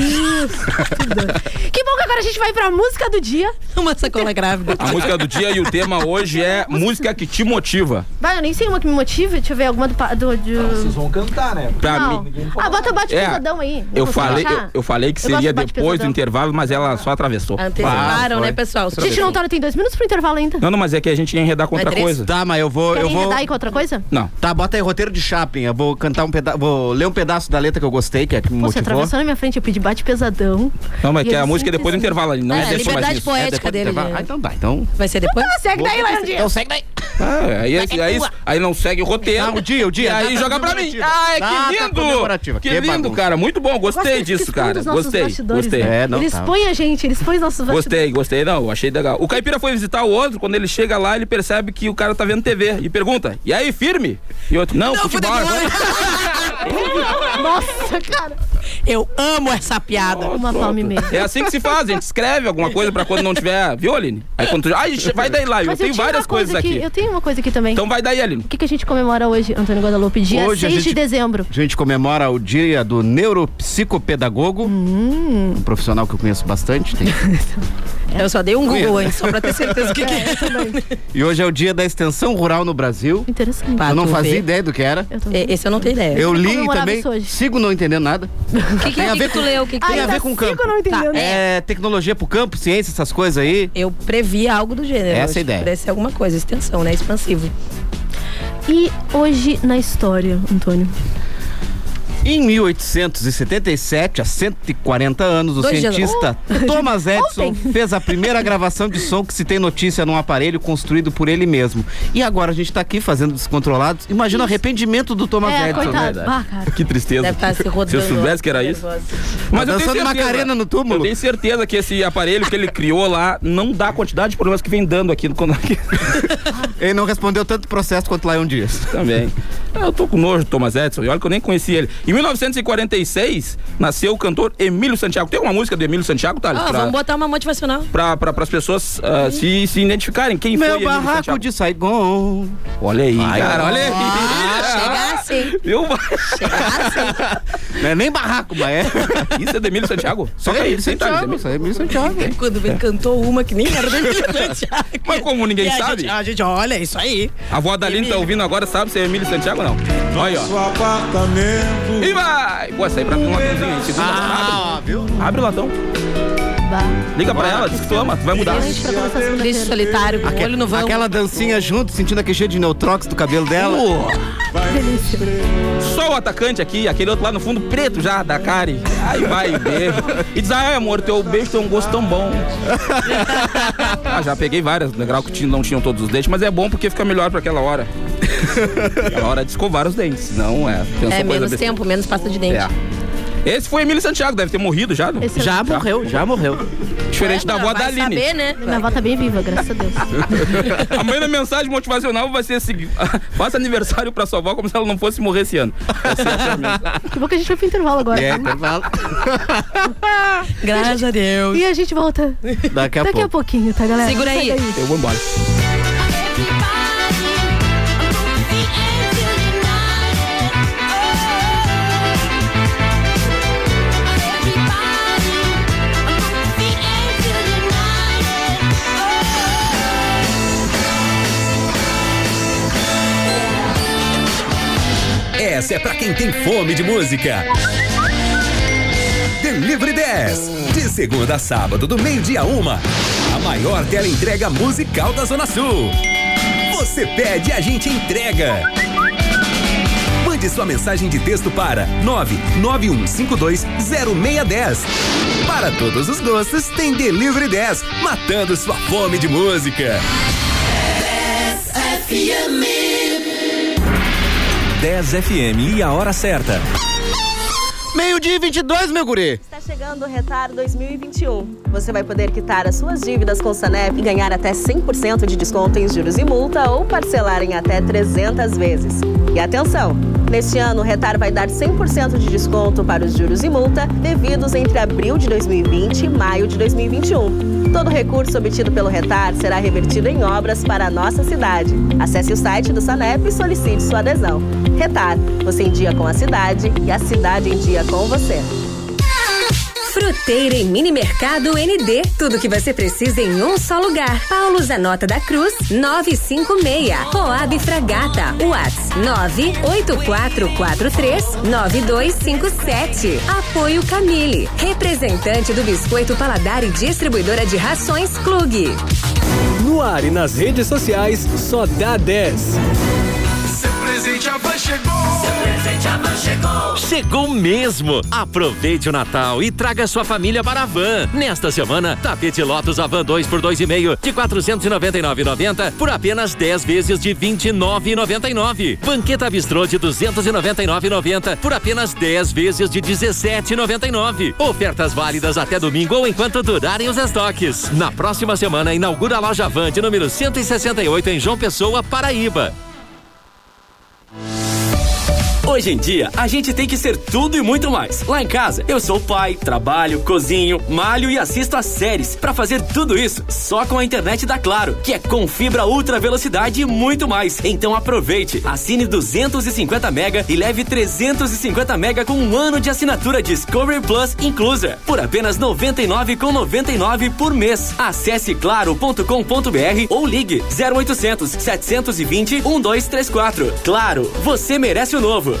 Speaker 7: Que bom que agora a gente vai pra música do dia.
Speaker 4: Uma sacola grávida.
Speaker 5: A música do dia e o tema hoje é música que te motiva.
Speaker 7: Vai, eu nem sei uma que me motive. Deixa eu ver alguma do. pa- do, de-
Speaker 8: Ah, Vocês vão cantar, né?
Speaker 5: Pra
Speaker 7: Não.
Speaker 5: mim.
Speaker 7: Ah, bota o bate
Speaker 5: É,
Speaker 7: pesadão aí. Não
Speaker 5: Eu
Speaker 7: consigo
Speaker 5: falei,
Speaker 7: achar.
Speaker 5: eu, eu falei que
Speaker 7: Eu gosto
Speaker 5: seria
Speaker 7: do bate
Speaker 5: depois do
Speaker 7: pesadão.
Speaker 5: intervalo, mas ela só atravessou.
Speaker 4: Anteciparam,
Speaker 6: Ah,
Speaker 4: né,
Speaker 6: foi.
Speaker 4: pessoal?
Speaker 7: Gente, não tá, tem dois minutos pro intervalo ainda.
Speaker 5: Não, não, mas é que a gente ia enredar com outra
Speaker 4: Andressa.
Speaker 5: coisa.
Speaker 6: Tá, mas eu vou. Eu
Speaker 7: Querem
Speaker 6: vou...
Speaker 7: redar aí com outra coisa?
Speaker 5: Não.
Speaker 6: Tá, bota aí roteiro de Chaplin. Eu vou cantar um pedaço. Vou ler um pedaço da letra que eu gostei, que é que me
Speaker 7: Pô, Você
Speaker 6: motivou.
Speaker 7: atravessou na minha frente, eu pedi bate pesadão.
Speaker 5: Não, mas
Speaker 7: E
Speaker 5: que a
Speaker 7: ele
Speaker 5: música é depois do
Speaker 7: simplesmente-
Speaker 5: intervalo ali, não
Speaker 4: É,
Speaker 5: é, depois
Speaker 4: liberdade
Speaker 5: disso.
Speaker 4: poética
Speaker 6: depois do
Speaker 4: dele.
Speaker 6: intervalo. Ah, então tá. Então.
Speaker 4: Vai ser depois?
Speaker 7: Segue daí, Leandrinho.
Speaker 5: Ah, aí,
Speaker 7: é
Speaker 5: aí, aí, aí não segue o roteiro.
Speaker 6: Ah, o dia, o dia.
Speaker 5: E aí
Speaker 6: Data
Speaker 5: joga pra mim.
Speaker 6: comemorativa.
Speaker 5: Ai,
Speaker 6: Data
Speaker 5: que lindo!
Speaker 6: comemorativa.
Speaker 5: Que
Speaker 6: Que
Speaker 5: lindo,
Speaker 6: bagunça.
Speaker 5: cara. Muito bom. Gostei disso,
Speaker 7: um
Speaker 5: cara. Gostei. Gostei.
Speaker 6: né? É, não,
Speaker 7: eles
Speaker 6: tá.
Speaker 7: põem a gente, eles põem os nossos bastidores.
Speaker 5: Gostei, gostei. Não, achei legal. O caipira foi visitar o outro. Quando ele chega lá, ele percebe que o cara tá vendo TV e pergunta: E
Speaker 4: né?"
Speaker 5: aí, firme? E outro: Não, futebol. agora."
Speaker 7: Nossa, cara.
Speaker 4: Eu amo essa piada.
Speaker 7: Uma
Speaker 5: Pronto.
Speaker 7: palma e meia.
Speaker 5: É assim que se faz, a gente escreve alguma coisa pra quando não tiver. Viu, Aline? Aí quando tu. Ai, che- vai daí lá, Ah, eu
Speaker 7: Mas
Speaker 5: tenho
Speaker 7: tinha
Speaker 5: várias
Speaker 7: uma coisa
Speaker 5: coisas aqui.
Speaker 7: Eu tenho uma coisa aqui também.
Speaker 5: Então vai daí, Aline.
Speaker 7: O que, que a gente comemora hoje, Antônio Guadalupe? Dia
Speaker 6: Hoje a
Speaker 7: 6 de
Speaker 6: gente-
Speaker 7: dezembro.
Speaker 6: A gente comemora o dia do neuropsicopedagogo.
Speaker 4: Hum.
Speaker 6: Um profissional que eu conheço bastante. tem-
Speaker 4: Eu só dei um Google antes, só pra ter certeza o que, que é.
Speaker 6: E hoje é o dia da extensão rural no Brasil.
Speaker 7: Interessante.
Speaker 4: Pá. Ah,
Speaker 6: eu não
Speaker 4: tu
Speaker 6: fazia
Speaker 4: vê.
Speaker 6: ideia do que era.
Speaker 7: Eu também.
Speaker 4: É, Esse eu não tenho ideia.
Speaker 6: Eu li
Speaker 7: comemorava
Speaker 6: também,
Speaker 7: isso hoje?
Speaker 6: sigo não entendendo nada.
Speaker 4: O que, que,
Speaker 6: Tem a
Speaker 4: é
Speaker 6: ver
Speaker 4: que tu
Speaker 6: com-
Speaker 4: leu? O que, que
Speaker 6: tem
Speaker 4: tu
Speaker 6: a
Speaker 4: leu? Tá,
Speaker 6: ver com o
Speaker 7: sigo,
Speaker 6: campo.
Speaker 7: não entendeu,
Speaker 6: É. tecnologia pro campo, ciência, essas coisas aí.
Speaker 4: Eu previ algo do
Speaker 6: Essa
Speaker 4: gênero.
Speaker 6: é
Speaker 4: Eu acho
Speaker 6: a ideia.
Speaker 4: que Deve ser alguma coisa, extensão, né? Expansivo.
Speaker 7: E hoje na história, Antônio.
Speaker 6: Em 1877, há 140 anos, o
Speaker 4: Dois dias.
Speaker 6: cientista Thomas Edison fez a primeira gravação de som que se tem notícia num aparelho construído por ele mesmo. E agora a gente tá aqui fazendo descontrolados. Imagina o arrependimento do Thomas
Speaker 7: é,
Speaker 6: Edison.
Speaker 7: coitado.
Speaker 5: verdade.
Speaker 7: Bah, cara.
Speaker 5: Que tristeza.
Speaker 4: Ah, Deve estar se rodando.
Speaker 5: Se eu soubesse que era isso.
Speaker 6: Tá dançando Macarena no túmulo.
Speaker 5: Eu tenho certeza que esse aparelho que ele criou lá não dá a quantidade de problemas que vem dando aqui no aqui
Speaker 6: Ele não respondeu tanto processo quanto Lion Dias.
Speaker 5: também. Ah, Eu tô com nojo do Thomas Edison, e olha que eu nem conheci ele. Em 1946, nasceu o cantor Emílio Santiago. Tem uma música do Emílio Santiago, tá?
Speaker 4: Ah, vamos botar uma motivacional.
Speaker 5: pra, pra, as pessoas ah, se, se identificarem. Quem foi
Speaker 6: Meu
Speaker 5: Emílio
Speaker 6: barraco
Speaker 5: Santiago.
Speaker 6: de Saigon.
Speaker 5: Olha aí, cara,
Speaker 6: ó.
Speaker 5: olha aí. Ah.
Speaker 4: Chegar assim.
Speaker 5: Viu?
Speaker 4: Chegar assim.
Speaker 6: Não é nem barraco, mas é.
Speaker 5: Isso é do Emílio Santiago?
Speaker 6: Só
Speaker 5: Só que
Speaker 6: é
Speaker 5: aí,
Speaker 6: Emílio
Speaker 5: sem tá,
Speaker 6: Santiago.
Speaker 5: Emílio.
Speaker 6: Isso aí é Emílio Santiago.
Speaker 4: Quando me cantou uma que nem era do Emílio Santiago.
Speaker 5: Mas como ninguém
Speaker 4: E a
Speaker 5: sabe?
Speaker 4: gente- a gente, olha, é isso aí.
Speaker 5: A avó da Aline tá ouvindo agora, sabe se é Emílio Santiago ou não? Olha aí, ó.
Speaker 1: apartamento.
Speaker 5: E vai! Pô, sai pra ter uma cozinha. aí, Segunda,
Speaker 6: Ah, viu?
Speaker 5: abre, abre o latão.
Speaker 7: Bah.
Speaker 5: Liga pra ela, diz que tu ama, tu vai mudar.
Speaker 7: Excelente pra começar segunda-feira.
Speaker 4: Triste solitário, com o olho no vão.
Speaker 6: Tá. Aquela dancinha junto, sentindo aquele cheio de neutrox do cabelo dela.
Speaker 5: Só o atacante aqui, aquele outro lá no fundo, preto já, da cara. Aí vai, beijo. E diz, ai amor, teu beijo tem um gosto tão bom. ah, já peguei várias, legal que tinha- não tinham todos os dentes, mas é bom porque fica melhor pra aquela hora. Aquela hora de escovar os dentes, não é. pensou
Speaker 4: É,
Speaker 5: coisa
Speaker 4: menos
Speaker 5: besta.
Speaker 4: tempo, menos pasta de dente. é
Speaker 5: É. Esse foi Emílio Santiago, deve ter morrido já. né?
Speaker 7: Excelente.
Speaker 6: Já morreu, já morreu.
Speaker 5: Diferente da avó
Speaker 4: Vai
Speaker 5: da Aline.
Speaker 4: saber, né?
Speaker 7: Minha avó tá bem viva, graças a Deus.
Speaker 5: Amanhã na mensagem motivacional vai ser a seguinte: faça aniversário pra sua avó como se ela não fosse morrer esse ano. então
Speaker 7: que bom que a gente foi pro intervalo agora.
Speaker 6: É, intervalo.
Speaker 4: Graças a Deus.
Speaker 7: E a gente volta
Speaker 6: Daqui a
Speaker 7: daqui
Speaker 6: pouco.
Speaker 7: a pouquinho, tá, galera?
Speaker 4: Segura aí.
Speaker 7: Sai daí.
Speaker 5: Eu vou embora.
Speaker 1: Essa é pra quem tem fome de música. Delivery 10. De segunda a sábado, do meio-dia a uma. A maior tela entrega musical da Zona Sul. Você pede, a gente entrega. Mande sua mensagem de texto para 991520610. Para todos os gostos, tem Delivery 10, matando sua fome de música. 10 FM e a hora certa.
Speaker 6: Meio-dia e 22, meu guri.
Speaker 8: Está Tá chegando o Retar 2021. Você vai poder quitar as suas dívidas com o Sanep e ganhar até 100% de desconto em juros e multa ou parcelar em até 300 vezes. E atenção! Neste ano, o Retar vai dar 100% de desconto para os juros e multa devidos entre abril de 2020 e maio de 2021. Todo recurso obtido pelo Retar será revertido em obras para a nossa cidade. Acesse o site do Sanep e solicite sua adesão. Retar, você em dia com a cidade e a cidade em dia com você.
Speaker 9: Fruteira e Mini Mercado ND. Tudo que você precisa em um só lugar. Paulo Zanota da Cruz, 956. Coab Fragata. Whats 984439257. Apoio Camille. Representante do Biscoito Paladar e distribuidora de rações Clube.
Speaker 10: No ar e nas redes sociais, só dá 10.
Speaker 11: Chegou mesmo! Aproveite o Natal e traga sua família para a Van. Nesta semana, tapete Lotus Avan 2 por 2,5 de 499,90 por apenas 10 vezes de 29,99. Banqueta Bistrô de 299,90 por apenas 10 vezes de 17,99. Ofertas válidas até domingo ou enquanto durarem os estoques. Na próxima semana, inaugura a loja Van de número 168 em João Pessoa, Paraíba.
Speaker 12: Hoje em dia, a gente tem que ser tudo e muito mais. Lá em casa, eu sou pai, trabalho, cozinho, malho e assisto a séries. Pra fazer tudo isso só com a internet da Claro, que é com fibra ultra velocidade e muito mais. Então aproveite, assine 250 mega e leve 350 mega com um ano de assinatura Discovery Plus inclusa, por apenas 99,99 por mês. Acesse claro.com.br ou ligue 0800 720 1234. Claro, você merece o novo.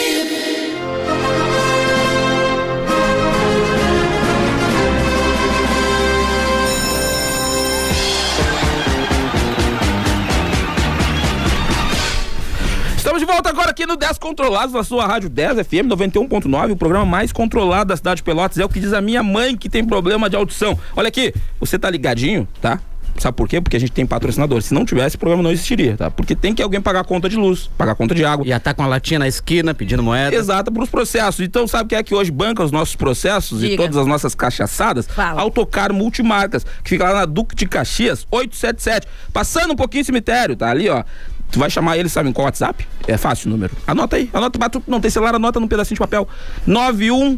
Speaker 5: Estamos de volta agora aqui no 10 Controlados, na sua rádio 10 FM 91.9, o programa mais controlado da cidade de Pelotas. É o que diz a minha mãe que tem problema de audição. Olha aqui, você tá ligadinho, tá? Sabe por quê? Porque a gente tem patrocinador. Se não tivesse, o programa não existiria, tá? Porque tem que alguém pagar a conta de luz, pagar a conta de água.
Speaker 6: Já tá com a latinha na esquina pedindo moeda.
Speaker 5: Exato, para os processos. Então, sabe quem é que hoje banca os nossos processos e
Speaker 6: Diga.
Speaker 5: todas as nossas cachaçadas?
Speaker 6: Fala.
Speaker 5: Autocar Multimarcas, que fica lá na Duque de Caxias, 877. Passando um pouquinho o cemitério, tá ali, ó. Tu vai chamar ele, sabe em qual WhatsApp? É fácil o número. Anota aí, anota, mas tu não tem celular, anota num pedacinho de papel. 91,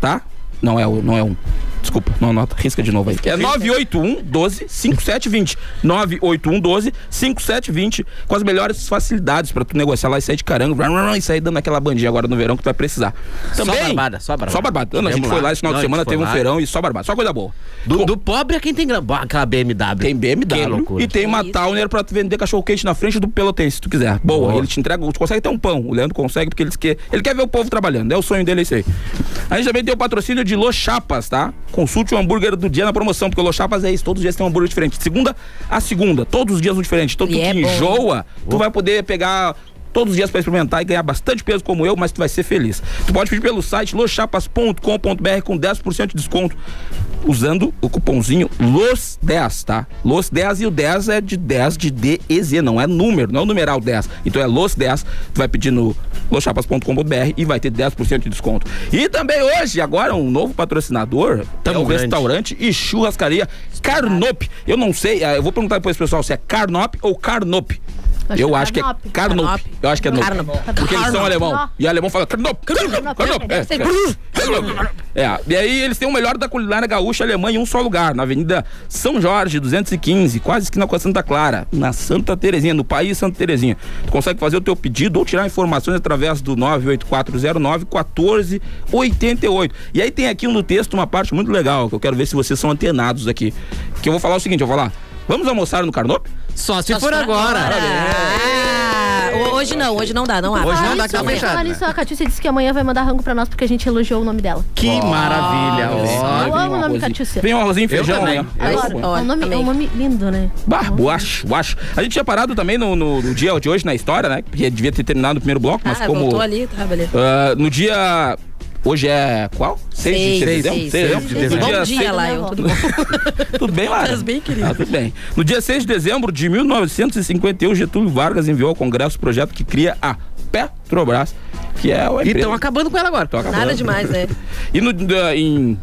Speaker 5: tá? Não é o, não é um. Desculpa, não anota, risca de novo aí. É 981 12 5720. 981 12 5720. Com as melhores facilidades pra tu negociar lá e sair de caranga. vrum, vrum, E sair dando aquela bandinha agora no verão que tu vai precisar.
Speaker 6: Só
Speaker 5: Também,
Speaker 6: barbada, só barbada.
Speaker 5: Só barbada. Ana, a gente
Speaker 6: Vamos
Speaker 5: foi
Speaker 6: lá.
Speaker 5: lá esse final
Speaker 6: Não, a
Speaker 5: de
Speaker 6: gente
Speaker 5: semana,
Speaker 6: foi
Speaker 5: teve um
Speaker 6: lá.
Speaker 5: feirão e só barbada. Só coisa boa.
Speaker 6: Do, do pobre é quem tem gra- bah, aquela BMW.
Speaker 5: Tem BMW
Speaker 6: Que loucura.
Speaker 5: e tem uma Towner pra tu vender cachorro quente na frente do Pelotense, se tu quiser. Boa, ele te entrega, tu consegue até um pão. O Leandro consegue porque ele quer, ele quer ver o povo trabalhando, é o sonho dele é isso aí. A gente também tem o patrocínio de Los Chapas, tá? Consulte o hambúrguer do dia na promoção, porque o Los Chapas é isso, todos os dias tem um hambúrguer diferente. De segunda a segunda, todos os dias um diferente. Então tu
Speaker 13: E é
Speaker 5: que
Speaker 13: bom, hein?
Speaker 5: enjoa, tu vai poder pegar todos os dias para experimentar e ganhar bastante peso como eu, mas tu vai ser feliz. Tu pode pedir pelo site loschapas.com.br com 10% de desconto usando o cupomzinho LOS10, tá? LOS10 e o 10 é de 10 de DEZ, não é número, não é o numeral 10. Então é LOS10, tu vai pedir no loschapas.com.br e vai ter 10% de desconto. E também hoje, agora, um novo patrocinador, é o
Speaker 6: grande.
Speaker 5: restaurante e churrascaria Carnop. Eu não sei, ah, eu vou perguntar depois pro pessoal se é Carnop ou Carnop.
Speaker 6: Acho
Speaker 5: eu
Speaker 6: que é
Speaker 5: acho que é
Speaker 6: Carnop.
Speaker 5: Carnop. Eu acho que é Nope.
Speaker 6: Carnop.
Speaker 5: Porque eles são
Speaker 6: Carnop.
Speaker 5: alemão. E alemão fala Carnop. Carnop.
Speaker 6: Carnop.
Speaker 5: Carnop.
Speaker 6: Deve
Speaker 5: É.
Speaker 6: ser
Speaker 5: É. E aí eles têm o melhor da culinária gaúcha alemã em um só lugar, na Avenida São Jorge, 215, quase esquina com a Santa Clara, na Santa Terezinha, no país Santa Terezinha. Tu consegue fazer o teu pedido ou tirar informações através do 98409 1488. E aí tem aqui no texto uma parte muito legal, que eu quero ver se vocês são antenados aqui. Que eu vou falar o seguinte, eu vou falar. Vamos almoçar no Carnop?
Speaker 6: Só
Speaker 4: Só se for agora. Ah, hoje não, hoje não dá, não há. é.
Speaker 6: Hoje não dá,
Speaker 7: Olha
Speaker 6: que tá
Speaker 7: só,
Speaker 6: fechado.
Speaker 7: Olha só, a Catiúcia disse que amanhã vai mandar rango pra nós porque a gente elogiou o nome dela.
Speaker 6: Que maravilha.
Speaker 4: Ah,
Speaker 6: ó.
Speaker 7: Eu amo o nome Catiúcia.
Speaker 5: Vem um arrozinho e
Speaker 6: Eu
Speaker 5: feijão
Speaker 6: também.
Speaker 5: amanhã.
Speaker 6: Eu
Speaker 7: Adoro. É um nome, é um nome lindo, né?
Speaker 5: Bah, boacho, boacho. A gente tinha parado também no, no- no dia de hoje, na história, né? Porque devia ter terminado o primeiro bloco, mas
Speaker 4: Ah,
Speaker 5: como.
Speaker 4: voltou ali, tá, beleza.
Speaker 5: ah, no dia. Hoje é qual? Seis
Speaker 4: Seis,
Speaker 5: de dezembro?
Speaker 4: seis,
Speaker 5: Seis
Speaker 4: seis. Bom dia,
Speaker 5: seis-
Speaker 4: Lion, tudo
Speaker 5: Tudo bem, Lara?
Speaker 4: Tudo bem, querido?
Speaker 5: Ah, tudo bem. No dia 6 de dezembro de 1951, Getúlio Vargas enviou ao Congresso o projeto que cria a Petrobras, que é o
Speaker 6: E tão acabando com ela agora.
Speaker 4: Nada demais, né?
Speaker 5: E no, da- em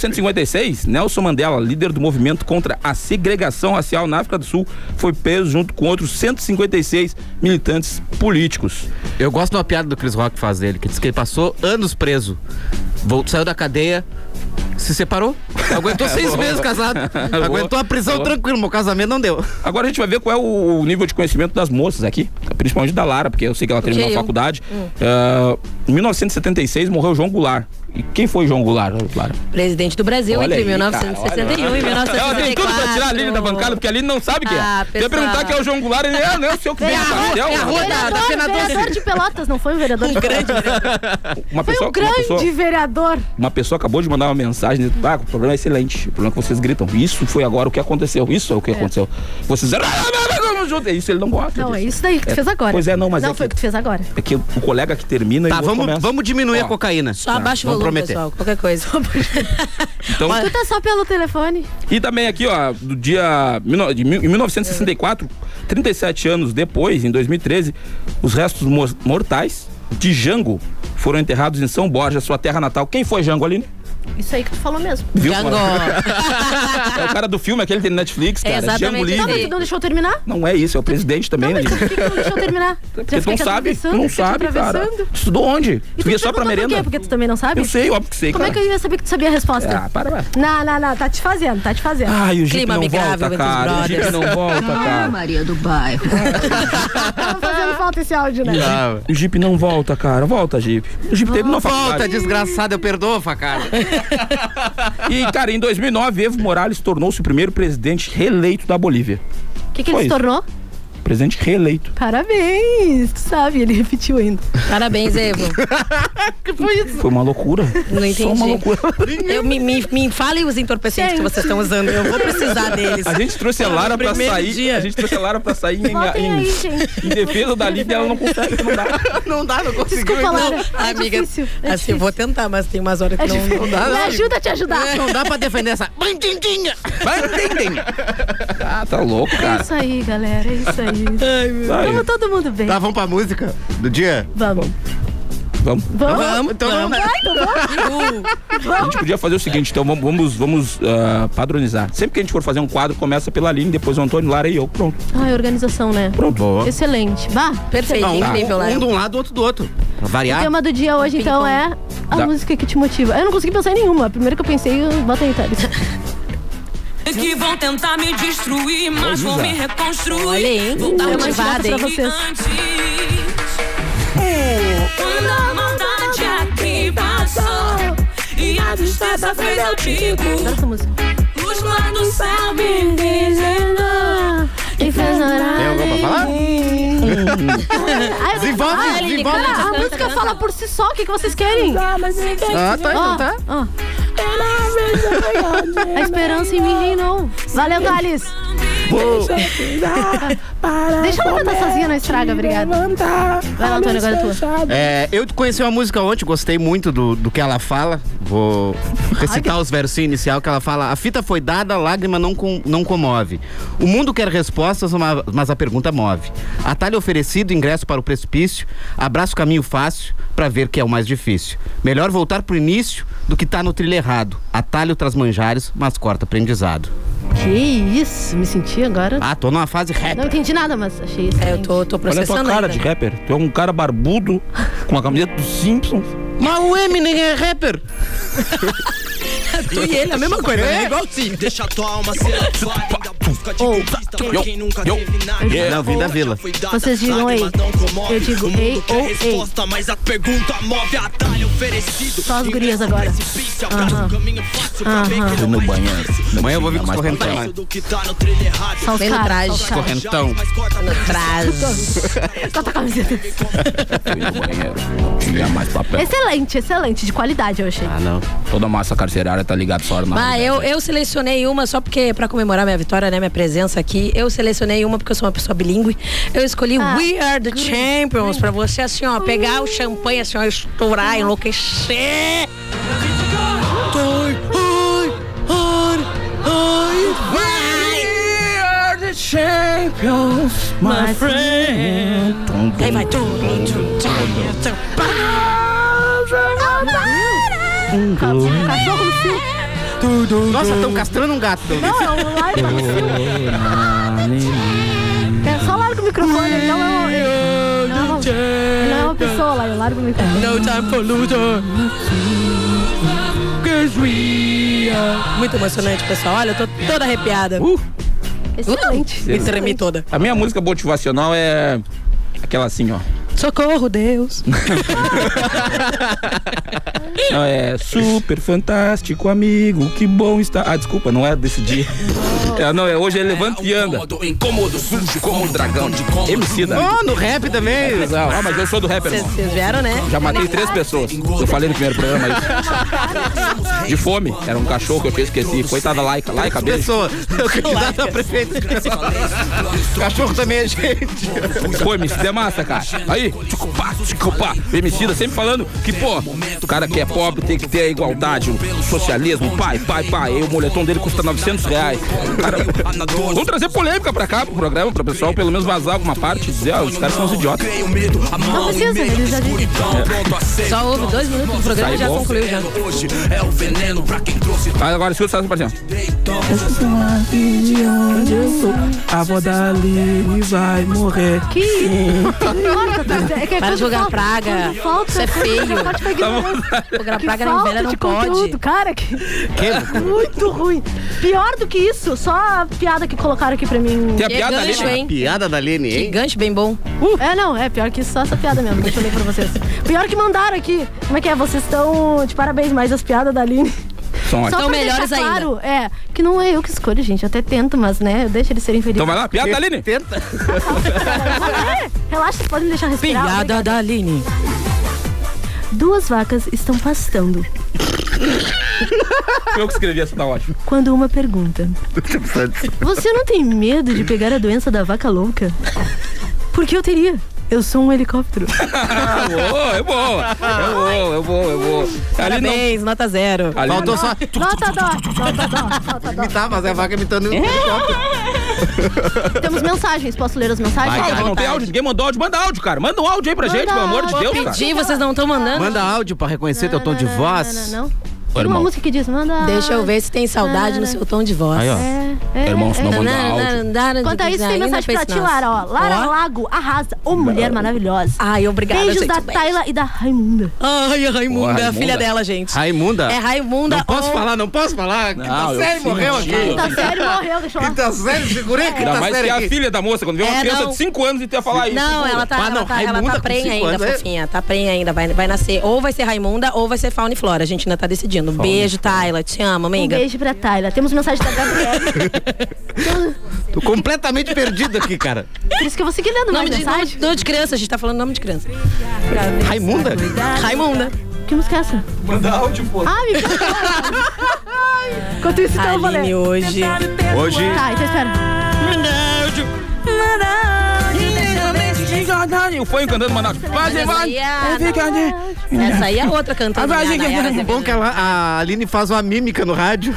Speaker 5: 1956, Nelson Mandela, líder do movimento contra a segregação racial na África do Sul, foi preso junto com outros 156 militantes políticos.
Speaker 6: Eu gosto de uma piada do Chris Rock que faz dele, que diz que ele passou anos preso. Vol- saiu da cadeia, se separou. Aguentou seis
Speaker 5: É Boa.
Speaker 6: meses casado.
Speaker 5: Boa. É
Speaker 6: Aguentou a prisão
Speaker 5: Boa.
Speaker 6: tranquilo, meu casamento não deu.
Speaker 5: Agora a gente vai ver qual é o, o nível de conhecimento das moças aqui, principalmente da Lara, porque eu sei que ela terminou
Speaker 6: Ok,
Speaker 5: a
Speaker 6: eu-
Speaker 5: faculdade.
Speaker 4: Hum.
Speaker 5: Ah, em 1976 morreu João Goulart. E quem foi João Goulart, Lara?
Speaker 4: Presidente do Brasil
Speaker 5: Olha
Speaker 4: entre
Speaker 5: aí,
Speaker 4: 1961
Speaker 5: cara, olha.
Speaker 4: e 1964.
Speaker 5: Ela tem tudo pra tirar a Aline da bancada, porque a Aline não sabe quem é.
Speaker 4: Ah,
Speaker 5: Se
Speaker 4: pessoal.
Speaker 5: eu perguntar quem é o João Goulart, ele é, não é o seu que vem do Cardel. tá,
Speaker 7: vereador, vereador de Pelotas, não foi um vereador de Pelotas.
Speaker 5: Uma
Speaker 7: Foi
Speaker 5: pessoa,
Speaker 7: um
Speaker 5: uma
Speaker 7: grande
Speaker 5: pessoa,
Speaker 7: vereador.
Speaker 5: uma pessoa acabou de mandar uma mensagem dizendo, ah, o problema é excelente, o problema é que vocês gritam. Isso foi agora o que aconteceu, isso é o que aconteceu. Vocês... Vamos junto. É Isso ele não gosta.
Speaker 7: Não, é
Speaker 5: disso.
Speaker 7: isso daí que tu
Speaker 5: É,
Speaker 7: fez agora.
Speaker 5: pois é, não, mas
Speaker 7: Não,
Speaker 5: é
Speaker 7: foi o que tu fez agora.
Speaker 5: É que o colega que termina e
Speaker 6: Tá,
Speaker 5: o outro
Speaker 6: vamos-
Speaker 5: começa. Tá,
Speaker 6: vamos diminuir a cocaína.
Speaker 4: Só abaixa o volume, pessoal. Qualquer coisa.
Speaker 5: Então,
Speaker 7: Tu tá só pelo telefone.
Speaker 5: E também aqui, ó, do dia mil no- de mil- em 1964, 37 anos depois, em 2013, os restos mor- mortais de Jango foram enterrados em São Borja, sua terra natal. Quem foi Jango, Aline?
Speaker 7: Isso aí que tu falou mesmo.
Speaker 5: Viu? É o cara do filme, aquele tem Netflix, cara. Django
Speaker 7: Não, mas Então,
Speaker 5: Livre.
Speaker 7: tu não deixou eu terminar?
Speaker 5: Não é isso, é o presidente também, né?
Speaker 7: Por que que tu não deixou eu terminar? Já
Speaker 5: Porque tu
Speaker 7: fiquei
Speaker 5: não
Speaker 7: te
Speaker 5: sabe, tu
Speaker 7: atravessando, fiquei
Speaker 5: não
Speaker 7: te
Speaker 5: sabe, cara.
Speaker 7: atravessando.
Speaker 5: Tu estudou onde?
Speaker 7: E
Speaker 5: Tu via só
Speaker 7: perguntou
Speaker 5: pra
Speaker 7: Por quê?
Speaker 5: merenda?
Speaker 7: Porque tu também não sabe?
Speaker 5: Eu sei, óbvio que sei,
Speaker 7: Como
Speaker 5: cara.
Speaker 7: é que eu ia saber que tu sabia a resposta?
Speaker 5: Ah, para, vai.
Speaker 7: Não, não, não. Tá te fazendo, tá te fazendo.
Speaker 5: Ai, o Jeep não volta, cara. O Jeep não volta,
Speaker 6: Ah,
Speaker 5: cara.
Speaker 7: Maria do bairro. Tava fazendo falta esse áudio, né?
Speaker 5: O Jeep- O Jeep não volta, cara. Volta, Jeep. O Jeep teve uma
Speaker 6: Volta,
Speaker 5: faculdade.
Speaker 6: desgraçado, eu perdoo, facada.
Speaker 5: E, cara, em 2009, Evo Morales tornou-se o primeiro presidente reeleito da Bolívia.
Speaker 7: O que, que
Speaker 5: Foi
Speaker 7: ele se
Speaker 5: isso.
Speaker 7: tornou?
Speaker 5: Presidente reeleito.
Speaker 7: Parabéns, tu sabe, ele repetiu ainda.
Speaker 4: Parabéns, Evo.
Speaker 7: que foi isso?
Speaker 5: Foi uma loucura.
Speaker 4: Não entendi.
Speaker 5: é Só uma loucura.
Speaker 4: Eu, me, me, me falem os entorpecentes que vocês estão usando. Eu vou precisar deles.
Speaker 5: A gente trouxe a
Speaker 4: No
Speaker 5: Lara pra
Speaker 4: primeiro
Speaker 5: sair.
Speaker 4: dia.
Speaker 5: A gente trouxe a Lara pra sair em,
Speaker 4: Voltem
Speaker 5: em-
Speaker 4: aí,
Speaker 5: em defesa da Lívia, ela não consegue.
Speaker 6: Não dá, não conseguiu.
Speaker 4: Desculpa, Lara.
Speaker 6: então.
Speaker 4: amiga, assim, eu vou tentar, mas tem umas horas que
Speaker 6: É
Speaker 4: não,
Speaker 6: difícil.
Speaker 4: não dá.
Speaker 6: Me
Speaker 4: não.
Speaker 6: ajuda a te ajudar.
Speaker 4: É.
Speaker 6: Não dá pra defender essa bandidinha.
Speaker 5: Bandidinha. Ah, tá louco,
Speaker 7: É isso aí, galera, é isso aí. Vamos todo mundo bem.
Speaker 6: Tá, vamos pra música do dia?
Speaker 7: Vamos.
Speaker 5: Vamos.
Speaker 7: Vamos,
Speaker 6: então vamos.
Speaker 7: vamos. Vai, então vamos.
Speaker 5: A gente podia fazer o seguinte, então vamos, vamos, vamos, ah, padronizar. Sempre que a gente for fazer um quadro, começa pela Aline, depois o Antônio, Lara e eu. Pronto.
Speaker 7: Ai, organização, né?
Speaker 5: Pronto. Boa.
Speaker 7: Excelente. Vá.
Speaker 4: Perfeito,
Speaker 7: excelente.
Speaker 6: um,
Speaker 4: incrível, Lara.
Speaker 6: lado, outro do outro. Pra
Speaker 7: O
Speaker 6: variar.
Speaker 7: tema do dia hoje, então, é a
Speaker 6: Dá.
Speaker 7: música que te motiva. Eu não consegui pensar em nenhuma. A primeira que eu pensei, eu- tá, bota aí, Thales.
Speaker 13: Que vão tentar me destruir, mas vão me reconstruir. Olha aí, vou dar
Speaker 7: Deu
Speaker 13: uma
Speaker 7: mais votos
Speaker 13: espada
Speaker 7: pra
Speaker 13: em
Speaker 7: vocês.
Speaker 13: Quando a maldade aqui passou e a tristeza fez eu digo. Luz lá do céu me dizendo e fez orar.
Speaker 6: Tem alguma pra falar?
Speaker 7: Ai, eu Ah, tenho que
Speaker 6: Desenvolve,
Speaker 7: falar.
Speaker 6: desenvolve.
Speaker 7: Cara, A música fala por si só. O que, que vocês querem?
Speaker 6: Ah, tá, então
Speaker 7: Ó,
Speaker 6: tá.
Speaker 7: ó. A esperança em mim reinou. Valeu, Thales. Deixa ela cantar sozinha, não estraga, obrigada. Vai lá, Antônio, agora é tua.
Speaker 6: É, eu conheci uma música ontem, gostei muito do, do que ela fala. Vou recitar os versos inicial que ela fala. A fita foi dada, a lágrima não, com- não comove. O mundo quer respostas, ma- mas a pergunta move. Atalho oferecido, ingresso para o precipício. Abraço o caminho fácil para ver que é o mais difícil. Melhor voltar pro início do que tá no trilho errado. Atalho traz manjares, mas corta aprendizado.
Speaker 7: Que isso, me senti agora.
Speaker 6: Ah, tô numa fase rap.
Speaker 7: Não entendi nada, mas achei isso.
Speaker 4: É, eu tô, tô
Speaker 5: Olha a tua cara de rapper. Tu é um cara barbudo, com uma camiseta do Simpsons.
Speaker 6: Mas o Eminem é rapper.
Speaker 4: tu e ele, a mesma coisa, né?
Speaker 2: Igualzinho. É assim. Deixa tua alma ser atuada, ainda busca de conquista pra quem nunca teve nada.
Speaker 6: Yeah. Não, vim da vila.
Speaker 7: Vocês digam ei. Eu digo ei ou ei.
Speaker 2: Mas a pergunta move atalho oferecido.
Speaker 4: Tá
Speaker 7: Só as gurias agora. Aham. Aham.
Speaker 5: No banheiro.
Speaker 6: Amanhã eu vou vir com os correntão. lá.
Speaker 7: Só os
Speaker 4: Pelo
Speaker 7: caras,
Speaker 4: traje.
Speaker 7: só os caras.
Speaker 6: Correntão.
Speaker 4: No traje.
Speaker 7: Corta a camiseta.
Speaker 5: Tinha mais
Speaker 6: Tá.
Speaker 5: papel.
Speaker 7: Excelente, excelente. De qualidade, eu achei.
Speaker 5: Ah, não. Toda massa carcerária tá ligada só na.
Speaker 4: Bah, eu, eu selecionei uma só porque, pra comemorar minha vitória, né? Minha presença aqui, eu selecionei uma porque eu sou uma pessoa bilíngue. Eu escolhi
Speaker 7: Ah,
Speaker 4: We Are the Champions pra você, assim, ó, pegar o champanhe, assim, ó, estourar, enlouquecer.
Speaker 2: Ai, ai, ai, ai, vai. We are the champions, my friend.
Speaker 4: Aí vai tudo, tudo, tudo, tudo. Hum.
Speaker 6: Nossa, estão castrando um gato. pelo visto.
Speaker 7: Não, não larga o microfone. É, Só larga o microfone,
Speaker 6: Hum.
Speaker 7: ele não é um. ele Não é uma, ele não é uma pessoa lá, eu largo o microfone.
Speaker 4: No time for loser. Muito emocionante, pessoal. Olha, eu tô toda arrepiada.
Speaker 5: Uh.
Speaker 4: Uh.
Speaker 7: Excelente.
Speaker 4: Me tremi toda.
Speaker 5: A minha música motivacional é aquela assim, ó.
Speaker 4: Socorro, Deus.
Speaker 5: Não, é super fantástico amigo, que bom está. Ah, desculpa, não é desse dia. É, não, é hoje é levanta e anda.
Speaker 2: Incômodo, sujo como um dragão de como.
Speaker 5: MC da.
Speaker 6: Oh, no rap também.
Speaker 5: Ah, mas eu sou do rapper,
Speaker 4: Vocês
Speaker 5: irmão.
Speaker 4: vocês vieram, né?
Speaker 5: Já matei três pessoas. Eu falei no primeiro programa isso. De fome. Era um cachorro que eu tinha esqueci. Coitada laica, laica beijo.
Speaker 6: Pessoa, o candidato a prefeito. Cachorro também é gente.
Speaker 5: Foi, me fizer é massa, cara. Aí, aí, tchucupá, tchucupá. O Emicida sempre falando que, pô, o cara que é pobre tem que ter a igualdade, o socialismo, pai, pai, pai. E o moletom dele custa 900 reais. Cara, vamos trazer polêmica pra cá, pro programa, pro pessoal pelo menos vazar alguma parte e dizer, ó, os caras são uns idiotas.
Speaker 7: Não precisa, né? eles já
Speaker 4: É. Só houve dois minutos do programa
Speaker 5: Sai
Speaker 4: e já
Speaker 5: bom.
Speaker 4: concluiu já.
Speaker 7: é
Speaker 5: Tá, agora escuta essa parte, ó. A avó dali vai morrer.
Speaker 7: Que Corta, tá? É que
Speaker 4: Para
Speaker 7: é quando
Speaker 4: de jogar
Speaker 7: falta-
Speaker 4: praga.
Speaker 7: quando Falta,
Speaker 4: Isso é feio.
Speaker 7: Corta
Speaker 6: Tá
Speaker 7: pra ignorância.
Speaker 4: Jogar
Speaker 7: Que
Speaker 4: praga na
Speaker 7: falta
Speaker 4: velha não
Speaker 7: de
Speaker 4: pode.
Speaker 7: conteúdo, cara, que...
Speaker 6: Que?
Speaker 7: Muito ruim. Pior do que isso, só a piada que colocaram aqui pra mim.
Speaker 6: Tem a piada né? da Aline? A piada da Aline,
Speaker 7: Que
Speaker 6: hein?
Speaker 4: gancho bem bom.
Speaker 5: Uh!
Speaker 7: É, não, é pior que só essa piada mesmo. Deixa eu ler pra vocês. Pior que mandaram aqui. Como é que é? Vocês estão de parabéns, mas as piadas da Aline.
Speaker 5: São
Speaker 7: Só
Speaker 5: ótimas.
Speaker 6: Então
Speaker 7: pra
Speaker 4: melhores
Speaker 7: deixar
Speaker 4: ainda.
Speaker 7: claro, É, que não é eu que escolho, gente. Eu até tento, mas né, eu deixo eles serem felizes.
Speaker 5: Então vai lá, piada da Aline.
Speaker 6: Tenta.
Speaker 7: Relaxa, vocês podem me deixar respirar.
Speaker 4: Piada da Aline.
Speaker 7: Duas vacas estão pastando.
Speaker 5: Eu que escrevi essa, tá ótimo.
Speaker 7: Quando uma pergunta: Você não tem medo de pegar a doença da vaca louca? Porque eu teria. Eu sou um helicóptero.
Speaker 5: Ah, boa, é boa. É boa, é boa, é boa. Ali não.
Speaker 4: Parabéns, nota zero.
Speaker 5: Ali
Speaker 6: Faltou só
Speaker 7: Nota dó, nota dó, nota dó.
Speaker 6: imitar, mas é a vaca imitando o helicóptero.
Speaker 7: Temos mensagens, posso ler as mensagens?
Speaker 5: Áudio, não tem áudio, ninguém mandou áudio. Manda áudio, cara. Manda um áudio aí pra
Speaker 7: Manda
Speaker 5: gente, pelo amor de
Speaker 7: áudio.
Speaker 5: Deus, cara.
Speaker 4: Pedi, vocês não estão mandando?
Speaker 6: Manda áudio pra reconhecer teu tom de
Speaker 7: Não,
Speaker 6: voz.
Speaker 7: não, não. Tem uma música que diz, manda.
Speaker 4: Deixa eu ver se tem saudade no seu tom de voz.
Speaker 6: Aí, ó.
Speaker 7: É,
Speaker 5: Irmão, se não mandar áudio.
Speaker 4: áudio.
Speaker 7: Quanto a isso, tem mensagem pra ti, Lara, ó. Lara Lago, arrasa. Ô, mulher maravilhosa.
Speaker 4: Ai, obrigada,
Speaker 7: Beijos
Speaker 4: gente. Um
Speaker 7: da
Speaker 4: beijo.
Speaker 7: Tayla e da Raimunda.
Speaker 4: Ai, a
Speaker 5: Ô,
Speaker 4: Raimunda,
Speaker 5: Raimunda.
Speaker 4: a filha dela, gente.
Speaker 6: Raimunda.
Speaker 4: É Raimunda.
Speaker 6: Não posso
Speaker 4: on-
Speaker 6: falar, não posso falar.
Speaker 5: Não,
Speaker 6: Quinta
Speaker 5: eu
Speaker 6: série morreu
Speaker 5: fingi.
Speaker 6: aqui.
Speaker 7: Tá sério, morreu, deixa eu
Speaker 6: Quinta
Speaker 7: lá.
Speaker 6: série, segurei a
Speaker 5: Ainda
Speaker 6: quinta
Speaker 5: mais que
Speaker 6: série
Speaker 5: é a
Speaker 6: aqui.
Speaker 5: filha da moça. Quando vê uma
Speaker 4: É,
Speaker 5: criança
Speaker 4: não.
Speaker 5: de 5 anos e tu ia falar isso.
Speaker 4: Não, ela tá,
Speaker 6: Ah,
Speaker 4: ela
Speaker 6: não,
Speaker 4: tá, ela
Speaker 6: Raimunda
Speaker 4: tá
Speaker 6: com
Speaker 4: prenha
Speaker 6: cinco
Speaker 4: ainda,
Speaker 6: anos, é?
Speaker 4: fofinha. Tá prenha ainda. Vai, vai nascer. Ou vai ser Raimunda ou vai ser Fauna e Flora. A gente ainda tá decidindo. Beijo, Tayla. Te amo,
Speaker 7: Um
Speaker 4: amiga.
Speaker 7: beijo pra Tayla. Temos mensagem da Gabriela.
Speaker 6: Tô completamente perdido aqui, cara.
Speaker 7: Por isso que eu vou seguir lendo mais
Speaker 4: Nome de, nome,
Speaker 7: mensagem.
Speaker 4: de- nome de criança, a gente tá falando nome de criança.
Speaker 6: Raimunda?
Speaker 4: Raimunda.
Speaker 7: Que música é essa?
Speaker 5: Manda áudio, pô.
Speaker 7: Ah, me Enquanto isso, então eu vou
Speaker 4: Aline
Speaker 7: ler.
Speaker 4: hoje.
Speaker 6: Hoje.
Speaker 7: Tá, então espera.
Speaker 6: é
Speaker 5: O fã cantando Manaus. Vai,
Speaker 4: Mas essa
Speaker 5: vai.
Speaker 4: aí é a- Essa aí é outra cantando. né, a Nayara
Speaker 6: É bom
Speaker 4: Azevedo.
Speaker 6: que ela, a Aline faz uma mímica no rádio.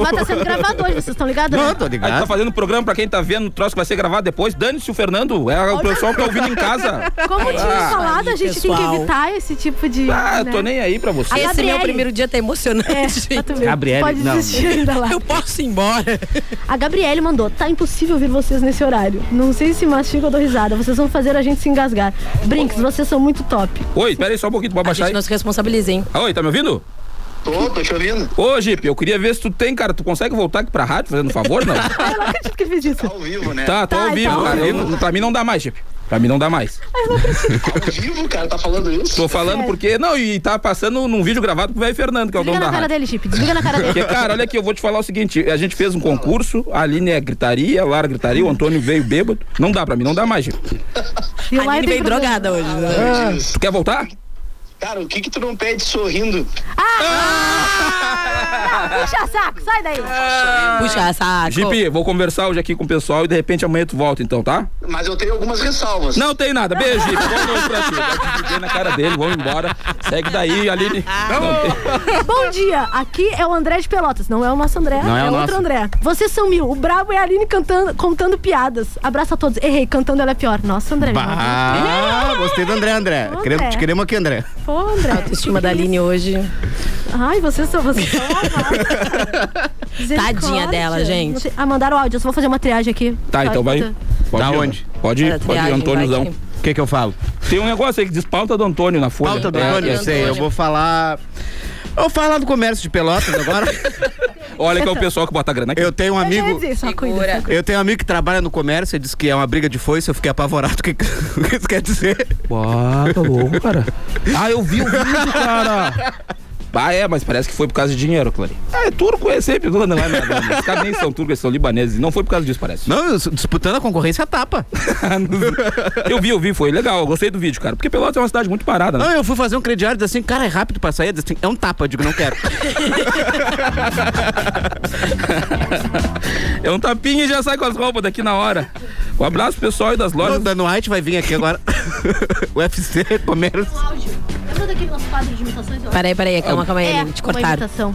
Speaker 7: Mas tá sendo gravado hoje, vocês estão ligados? né?
Speaker 6: Não, tô
Speaker 5: A gente tá
Speaker 6: ligado.
Speaker 5: fazendo um programa pra quem tá vendo o troço que vai ser gravado depois. Dane-se o Fernando. É o pessoal que tá ouvindo em casa.
Speaker 7: Como tinha
Speaker 5: Ah,
Speaker 7: falado, a gente tem
Speaker 4: pessoal.
Speaker 7: que evitar esse tipo de.
Speaker 5: Ah,
Speaker 7: né?
Speaker 5: eu tô nem aí pra
Speaker 7: A
Speaker 5: você.
Speaker 4: Esse meu
Speaker 7: Gabriele.
Speaker 4: primeiro dia tá emocionante.
Speaker 7: É, pra
Speaker 4: gente.
Speaker 7: tu ver.
Speaker 6: Gabriele,
Speaker 7: Pode
Speaker 6: não.
Speaker 7: desistir ainda lá.
Speaker 4: Eu posso ir embora.
Speaker 7: A Gabriele mandou: tá impossível ouvir vocês nesse horário. Não sei se mastiga ou dou risada. Vocês vão fazer a gente se engasgar. Brinks, vocês são muito top.
Speaker 5: Oi, espera aí só um pouquinho, tu pode
Speaker 4: A
Speaker 5: baixar
Speaker 4: gente
Speaker 5: aí.
Speaker 4: não se responsabiliza, hein?
Speaker 5: Ah, oi, tá me ouvindo?
Speaker 14: Tô, tô te ouvindo.
Speaker 5: Ô, Jeep, eu queria ver se tu tem, cara. Tu consegue voltar aqui pra rádio fazendo um favor, não?
Speaker 7: Ai, eu não acredito que fez isso.
Speaker 14: Ao vivo, né?
Speaker 5: tá, tô
Speaker 7: Tá,
Speaker 5: ao vivo,
Speaker 4: então.
Speaker 7: tá.
Speaker 5: cara. Eu não- pra mim não dá mais, Jeep. Pra mim não dá mais.
Speaker 14: Ao vivo, cara, tá falando isso?
Speaker 5: Tô falando porque. Não, e tá passando num vídeo gravado pro velho Fernando, que é o
Speaker 7: Desliga
Speaker 5: dono da
Speaker 7: na cara
Speaker 5: rádio.
Speaker 7: dele, Chip. Desliga na cara
Speaker 5: Porque,
Speaker 7: dele.
Speaker 5: cara, olha aqui, eu vou te falar o seguinte: a gente fez um concurso, a Aline é gritaria, a Lara gritaria, o Antônio veio bêbado. Não dá pra mim, não dá mais, Jeep.
Speaker 7: E
Speaker 4: A
Speaker 7: lá
Speaker 4: Aline
Speaker 7: tem
Speaker 4: veio
Speaker 7: problema.
Speaker 4: drogada hoje. né?
Speaker 14: Jesus.
Speaker 5: Tu quer voltar?
Speaker 14: Ah. Cara, o que que tu não pede sorrindo?
Speaker 7: Ah!
Speaker 5: Ah!
Speaker 7: Puxa saco, sai daí.
Speaker 4: Puxa, saco.
Speaker 5: Jeep, vou conversar hoje aqui com o pessoal e de repente amanhã tu volta, então, tá?
Speaker 14: Mas eu tenho algumas ressalvas.
Speaker 5: Não tem nada. Beijo, Jeep. Boa noite pra ti. Vai te fuder na cara dele, vamos embora. Segue daí, Aline. Não tem-
Speaker 7: Bom dia, aqui é o André de Pelotas. Não é o nosso André,
Speaker 6: Não é
Speaker 7: é,
Speaker 6: o
Speaker 7: outro
Speaker 6: nosso.
Speaker 7: André. Vocês são mil. O brabo é a Aline cantando, contando piadas. Abraço a todos. Errei, cantando ela é pior. Nossa, André. meu amor.
Speaker 6: Bah, gostei do André, André.
Speaker 7: Ô,
Speaker 6: Queremos,
Speaker 7: É. André.
Speaker 6: te queremos aqui, André.
Speaker 7: Pô, André.
Speaker 4: Autoestima da Aline hoje.
Speaker 7: Ai, vocês são. Vocês são uma raça. Misericórdia.
Speaker 4: dela, gente.
Speaker 7: Não sei- Ah, mandaram áudio. Eu só vou fazer uma triagem aqui.
Speaker 5: Tá, então vai. Pode
Speaker 6: Da
Speaker 5: ir,
Speaker 6: onde?
Speaker 5: Pode ir,
Speaker 4: Faz a
Speaker 5: pode ir,
Speaker 4: triagem,
Speaker 5: Antôniozão.
Speaker 4: vai
Speaker 6: O que que eu falo?
Speaker 5: Tem um negócio aí que diz pauta do Antônio na folha.
Speaker 6: Falta do
Speaker 5: É,
Speaker 6: Antônio,
Speaker 5: é.
Speaker 6: eu sei. Eu vou falar... Eu vou falar do comércio de pelotas agora.
Speaker 5: Olha que é o pessoal que bota a grana aqui.
Speaker 6: Eu tenho um
Speaker 7: Eu já ia
Speaker 6: amigo...
Speaker 7: dizer, só cuida, só cuida.
Speaker 6: Eu tenho um amigo que trabalha no comércio, ele disse que é uma briga de foice, eu fiquei apavorado. O que, que isso quer dizer? um
Speaker 5: Ah, tá louco, cara. Ah, eu vi o vídeo, cara. Ah, é, mas parece que foi por causa de dinheiro, Clary. É, turco é sempre lá, não é nada. Os caras nem são turcos, eles são libaneses. Não foi por causa disso, parece.
Speaker 6: Não, eu- disputando a concorrência a tapa.
Speaker 5: Eu vi, eu vi, foi legal. Eu gostei do vídeo, cara. Porque Pelotas é uma cidade muito parada, né?
Speaker 6: Não, eu fui fazer um crediário e disse assim, cara, é rápido pra sair. Eu disse assim, é um tapa, eu digo, não quero.
Speaker 5: É um tapinha e já sai com as roupas daqui na hora. Um abraço pro pessoal aí das lojas.
Speaker 6: O Dan White vai vir aqui agora. UFC Comércio.
Speaker 7: Lembra daquele nosso quadro de imitações? eu acho?
Speaker 4: Peraí, peraí, calma, calma aí,
Speaker 7: É,
Speaker 4: te
Speaker 7: uma
Speaker 4: cortaram.
Speaker 7: imitação.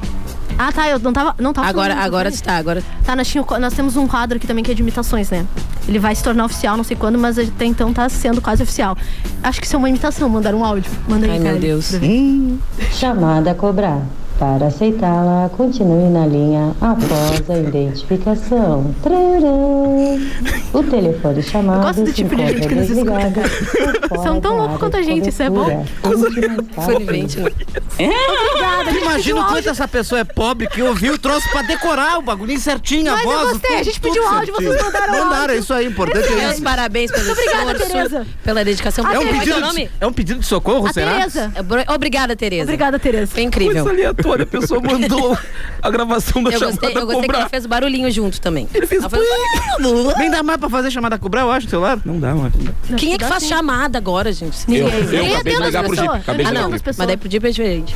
Speaker 7: Ah, tá, eu não tava, não tava
Speaker 4: Agora- agora tu
Speaker 7: está, agora. Tá, nós, tinha- nós temos um quadro aqui também que é de imitações, né? Ele vai se tornar oficial, não sei quando, mas até então tá sendo quase oficial. Acho que isso é uma imitação, mandaram um áudio. Manda aí,
Speaker 15: Ai, meu
Speaker 7: cara.
Speaker 15: Deus. Hum. Chamada a cobrar. Para aceitá-la, continue na linha após a identificação. Tcharam. O telefone chamado se
Speaker 7: tipo de
Speaker 15: encontra
Speaker 7: gente que nos
Speaker 15: desligado.
Speaker 7: São tão loucos quanto a gente,
Speaker 4: tá
Speaker 7: isso é bom. Obrigada, a gente pediu
Speaker 6: Imagina o
Speaker 7: áudio.
Speaker 6: quanto essa pessoa é pobre que ouviu o troço pra decorar o bagulhinho certinho, a
Speaker 7: Mas eu
Speaker 6: voz.
Speaker 7: gostei,
Speaker 6: tudo,
Speaker 7: a gente
Speaker 6: tudo
Speaker 7: pediu áudio, vocês
Speaker 6: certinho.
Speaker 7: mandaram
Speaker 6: Mandaram,
Speaker 7: áudio.
Speaker 6: isso aí, importante é
Speaker 4: Meus
Speaker 6: isso.
Speaker 4: parabéns pelo
Speaker 7: Muito obrigada,
Speaker 4: esforço,
Speaker 7: Tereza.
Speaker 4: pela dedicação.
Speaker 7: A
Speaker 4: Como é que é
Speaker 7: Tereza.
Speaker 4: o nome?
Speaker 6: É um pedido de socorro,
Speaker 4: A
Speaker 6: será?
Speaker 4: Tereza. Obri- Obrigada, Tereza.
Speaker 7: Obrigada, Tereza.
Speaker 4: Foi incrível.
Speaker 5: Coisa aleatória, a pessoa mandou a gravação da
Speaker 4: Eu
Speaker 5: chamada
Speaker 4: gostei, eu gostei que
Speaker 5: cobrar.
Speaker 4: ela fez barulhinho junto também. Ele fez
Speaker 6: Nem dá mais pra fazer chamada cobrar, eu acho, do celular.
Speaker 5: Não dá, mano.
Speaker 4: Quem é que faz chamada agora, gente?
Speaker 6: Eu-
Speaker 4: Ninguém.
Speaker 6: eu acabei
Speaker 4: Nem
Speaker 6: de
Speaker 4: atendo as
Speaker 6: ligar pro
Speaker 4: pessoas.
Speaker 6: Jeep, acabei de
Speaker 4: Ah,
Speaker 6: ligar
Speaker 4: não.
Speaker 6: pro Jeep.
Speaker 4: Mas daí pro Jeep é diferente.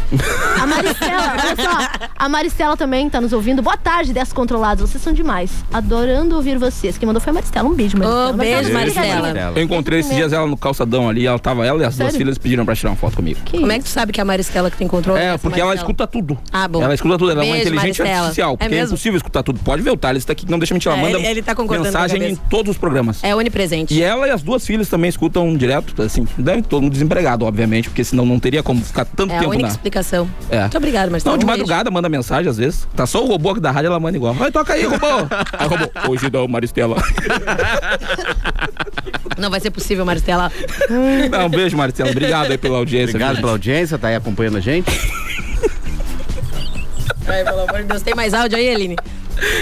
Speaker 7: A Maristela, olha só. A Maristela também tá nos ouvindo. Boa tarde, Descontrolados. Vocês são demais. Adorando ouvir vocês. Quem mandou foi a Maristela. Um beijo, Maristela.
Speaker 4: beijo,
Speaker 5: Eu encontrei esses dias ela no calçadão ali, ela tava, ela e as duas
Speaker 4: Sério?
Speaker 5: filhas pediram pra tirar uma foto comigo.
Speaker 4: Como é que tu sabe que é a Maristela que tem controle?
Speaker 5: É,
Speaker 4: Essa
Speaker 5: porque ela
Speaker 4: Maristela?
Speaker 5: escuta tudo.
Speaker 4: Ah, bom.
Speaker 5: Ela escuta tudo, ela é uma
Speaker 4: Beijo,
Speaker 5: inteligente
Speaker 4: Maristela.
Speaker 5: artificial, porque
Speaker 4: é
Speaker 5: é,
Speaker 4: mesmo?
Speaker 5: impossível escutar tudo. Pode ver o Thales tá aqui, que não deixa mentir, ela
Speaker 4: É,
Speaker 5: manda
Speaker 4: ele- ele tá concordando com a
Speaker 5: mensagem em
Speaker 4: cabeça.
Speaker 5: todos os programas.
Speaker 4: É onipresente.
Speaker 5: E ela e as duas filhas também escutam direto, assim, deve todo mundo desempregado, obviamente, porque senão não teria como ficar tanto
Speaker 4: É a
Speaker 5: tempo
Speaker 4: única
Speaker 5: na...
Speaker 4: explicação.
Speaker 5: É.
Speaker 4: Muito obrigada, Maristela.
Speaker 5: Não, de
Speaker 4: Um beijo.
Speaker 5: madrugada manda mensagem às vezes. Tá só o robô aqui da rádio, ela manda igual. Vai, toca aí, robô. aí, robô, hoje não, Maristela.
Speaker 4: Não vai ser possível, Maristela.
Speaker 5: Não, um beijo, Maristela. Obrigado aí pela audiência.
Speaker 6: Obrigado
Speaker 5: gente.
Speaker 6: pela audiência, tá aí acompanhando a gente.
Speaker 4: Ai, pelo amor de Deus. Tem mais áudio aí, Aline?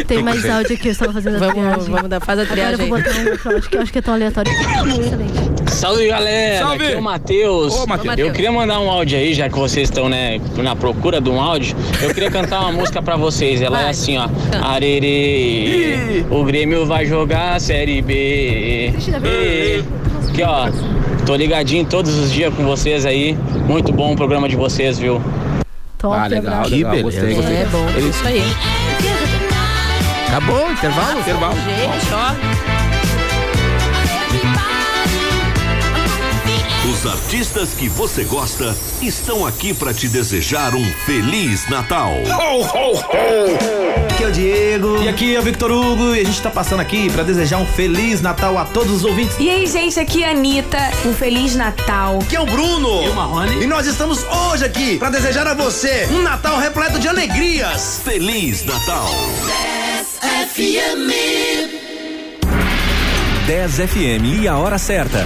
Speaker 7: Tem mais áudio aqui, eu estava fazendo a
Speaker 4: Vamos,
Speaker 7: triagem.
Speaker 4: vamos dar, faz a
Speaker 7: Agora eu
Speaker 4: triagem
Speaker 7: vou
Speaker 4: aí.
Speaker 7: botar um outro áudio que eu acho que é tão aleatório. Excelente.
Speaker 16: Salve galera,
Speaker 7: Salve.
Speaker 16: aqui é o Matheus.
Speaker 7: Ô, Matheus.
Speaker 16: Eu queria mandar um áudio aí, já que vocês estão né, na procura de um áudio. Eu queria cantar uma música pra vocês. Ela é assim, ó.
Speaker 7: Ah.
Speaker 16: Arerê, o Grêmio vai jogar a Série B. B. Aqui, ó. Tô ligadinho todos os dias com vocês aí. Muito bom o programa de vocês, viu?
Speaker 7: Top,
Speaker 16: Ah, legal,
Speaker 5: abraço. legal, gostei, gostei.
Speaker 4: É bom,
Speaker 5: Ele-
Speaker 4: isso aí.
Speaker 6: Acabou, intervalo?
Speaker 5: Intervalo.
Speaker 4: Gente, ó.
Speaker 17: Os artistas que você gosta estão aqui para te desejar um Feliz Natal.
Speaker 18: Aqui é o Diego. E aqui é o Victor Hugo. E a gente tá passando aqui pra desejar um Feliz Natal a todos os ouvintes.
Speaker 19: E aí, gente, aqui é a Anitta. Um Feliz Natal.
Speaker 18: Aqui é o Bruno. E o Marrone. E nós estamos hoje aqui pra desejar a você um Natal repleto de alegrias.
Speaker 17: Feliz Natal.
Speaker 10: 10 FM e a hora certa.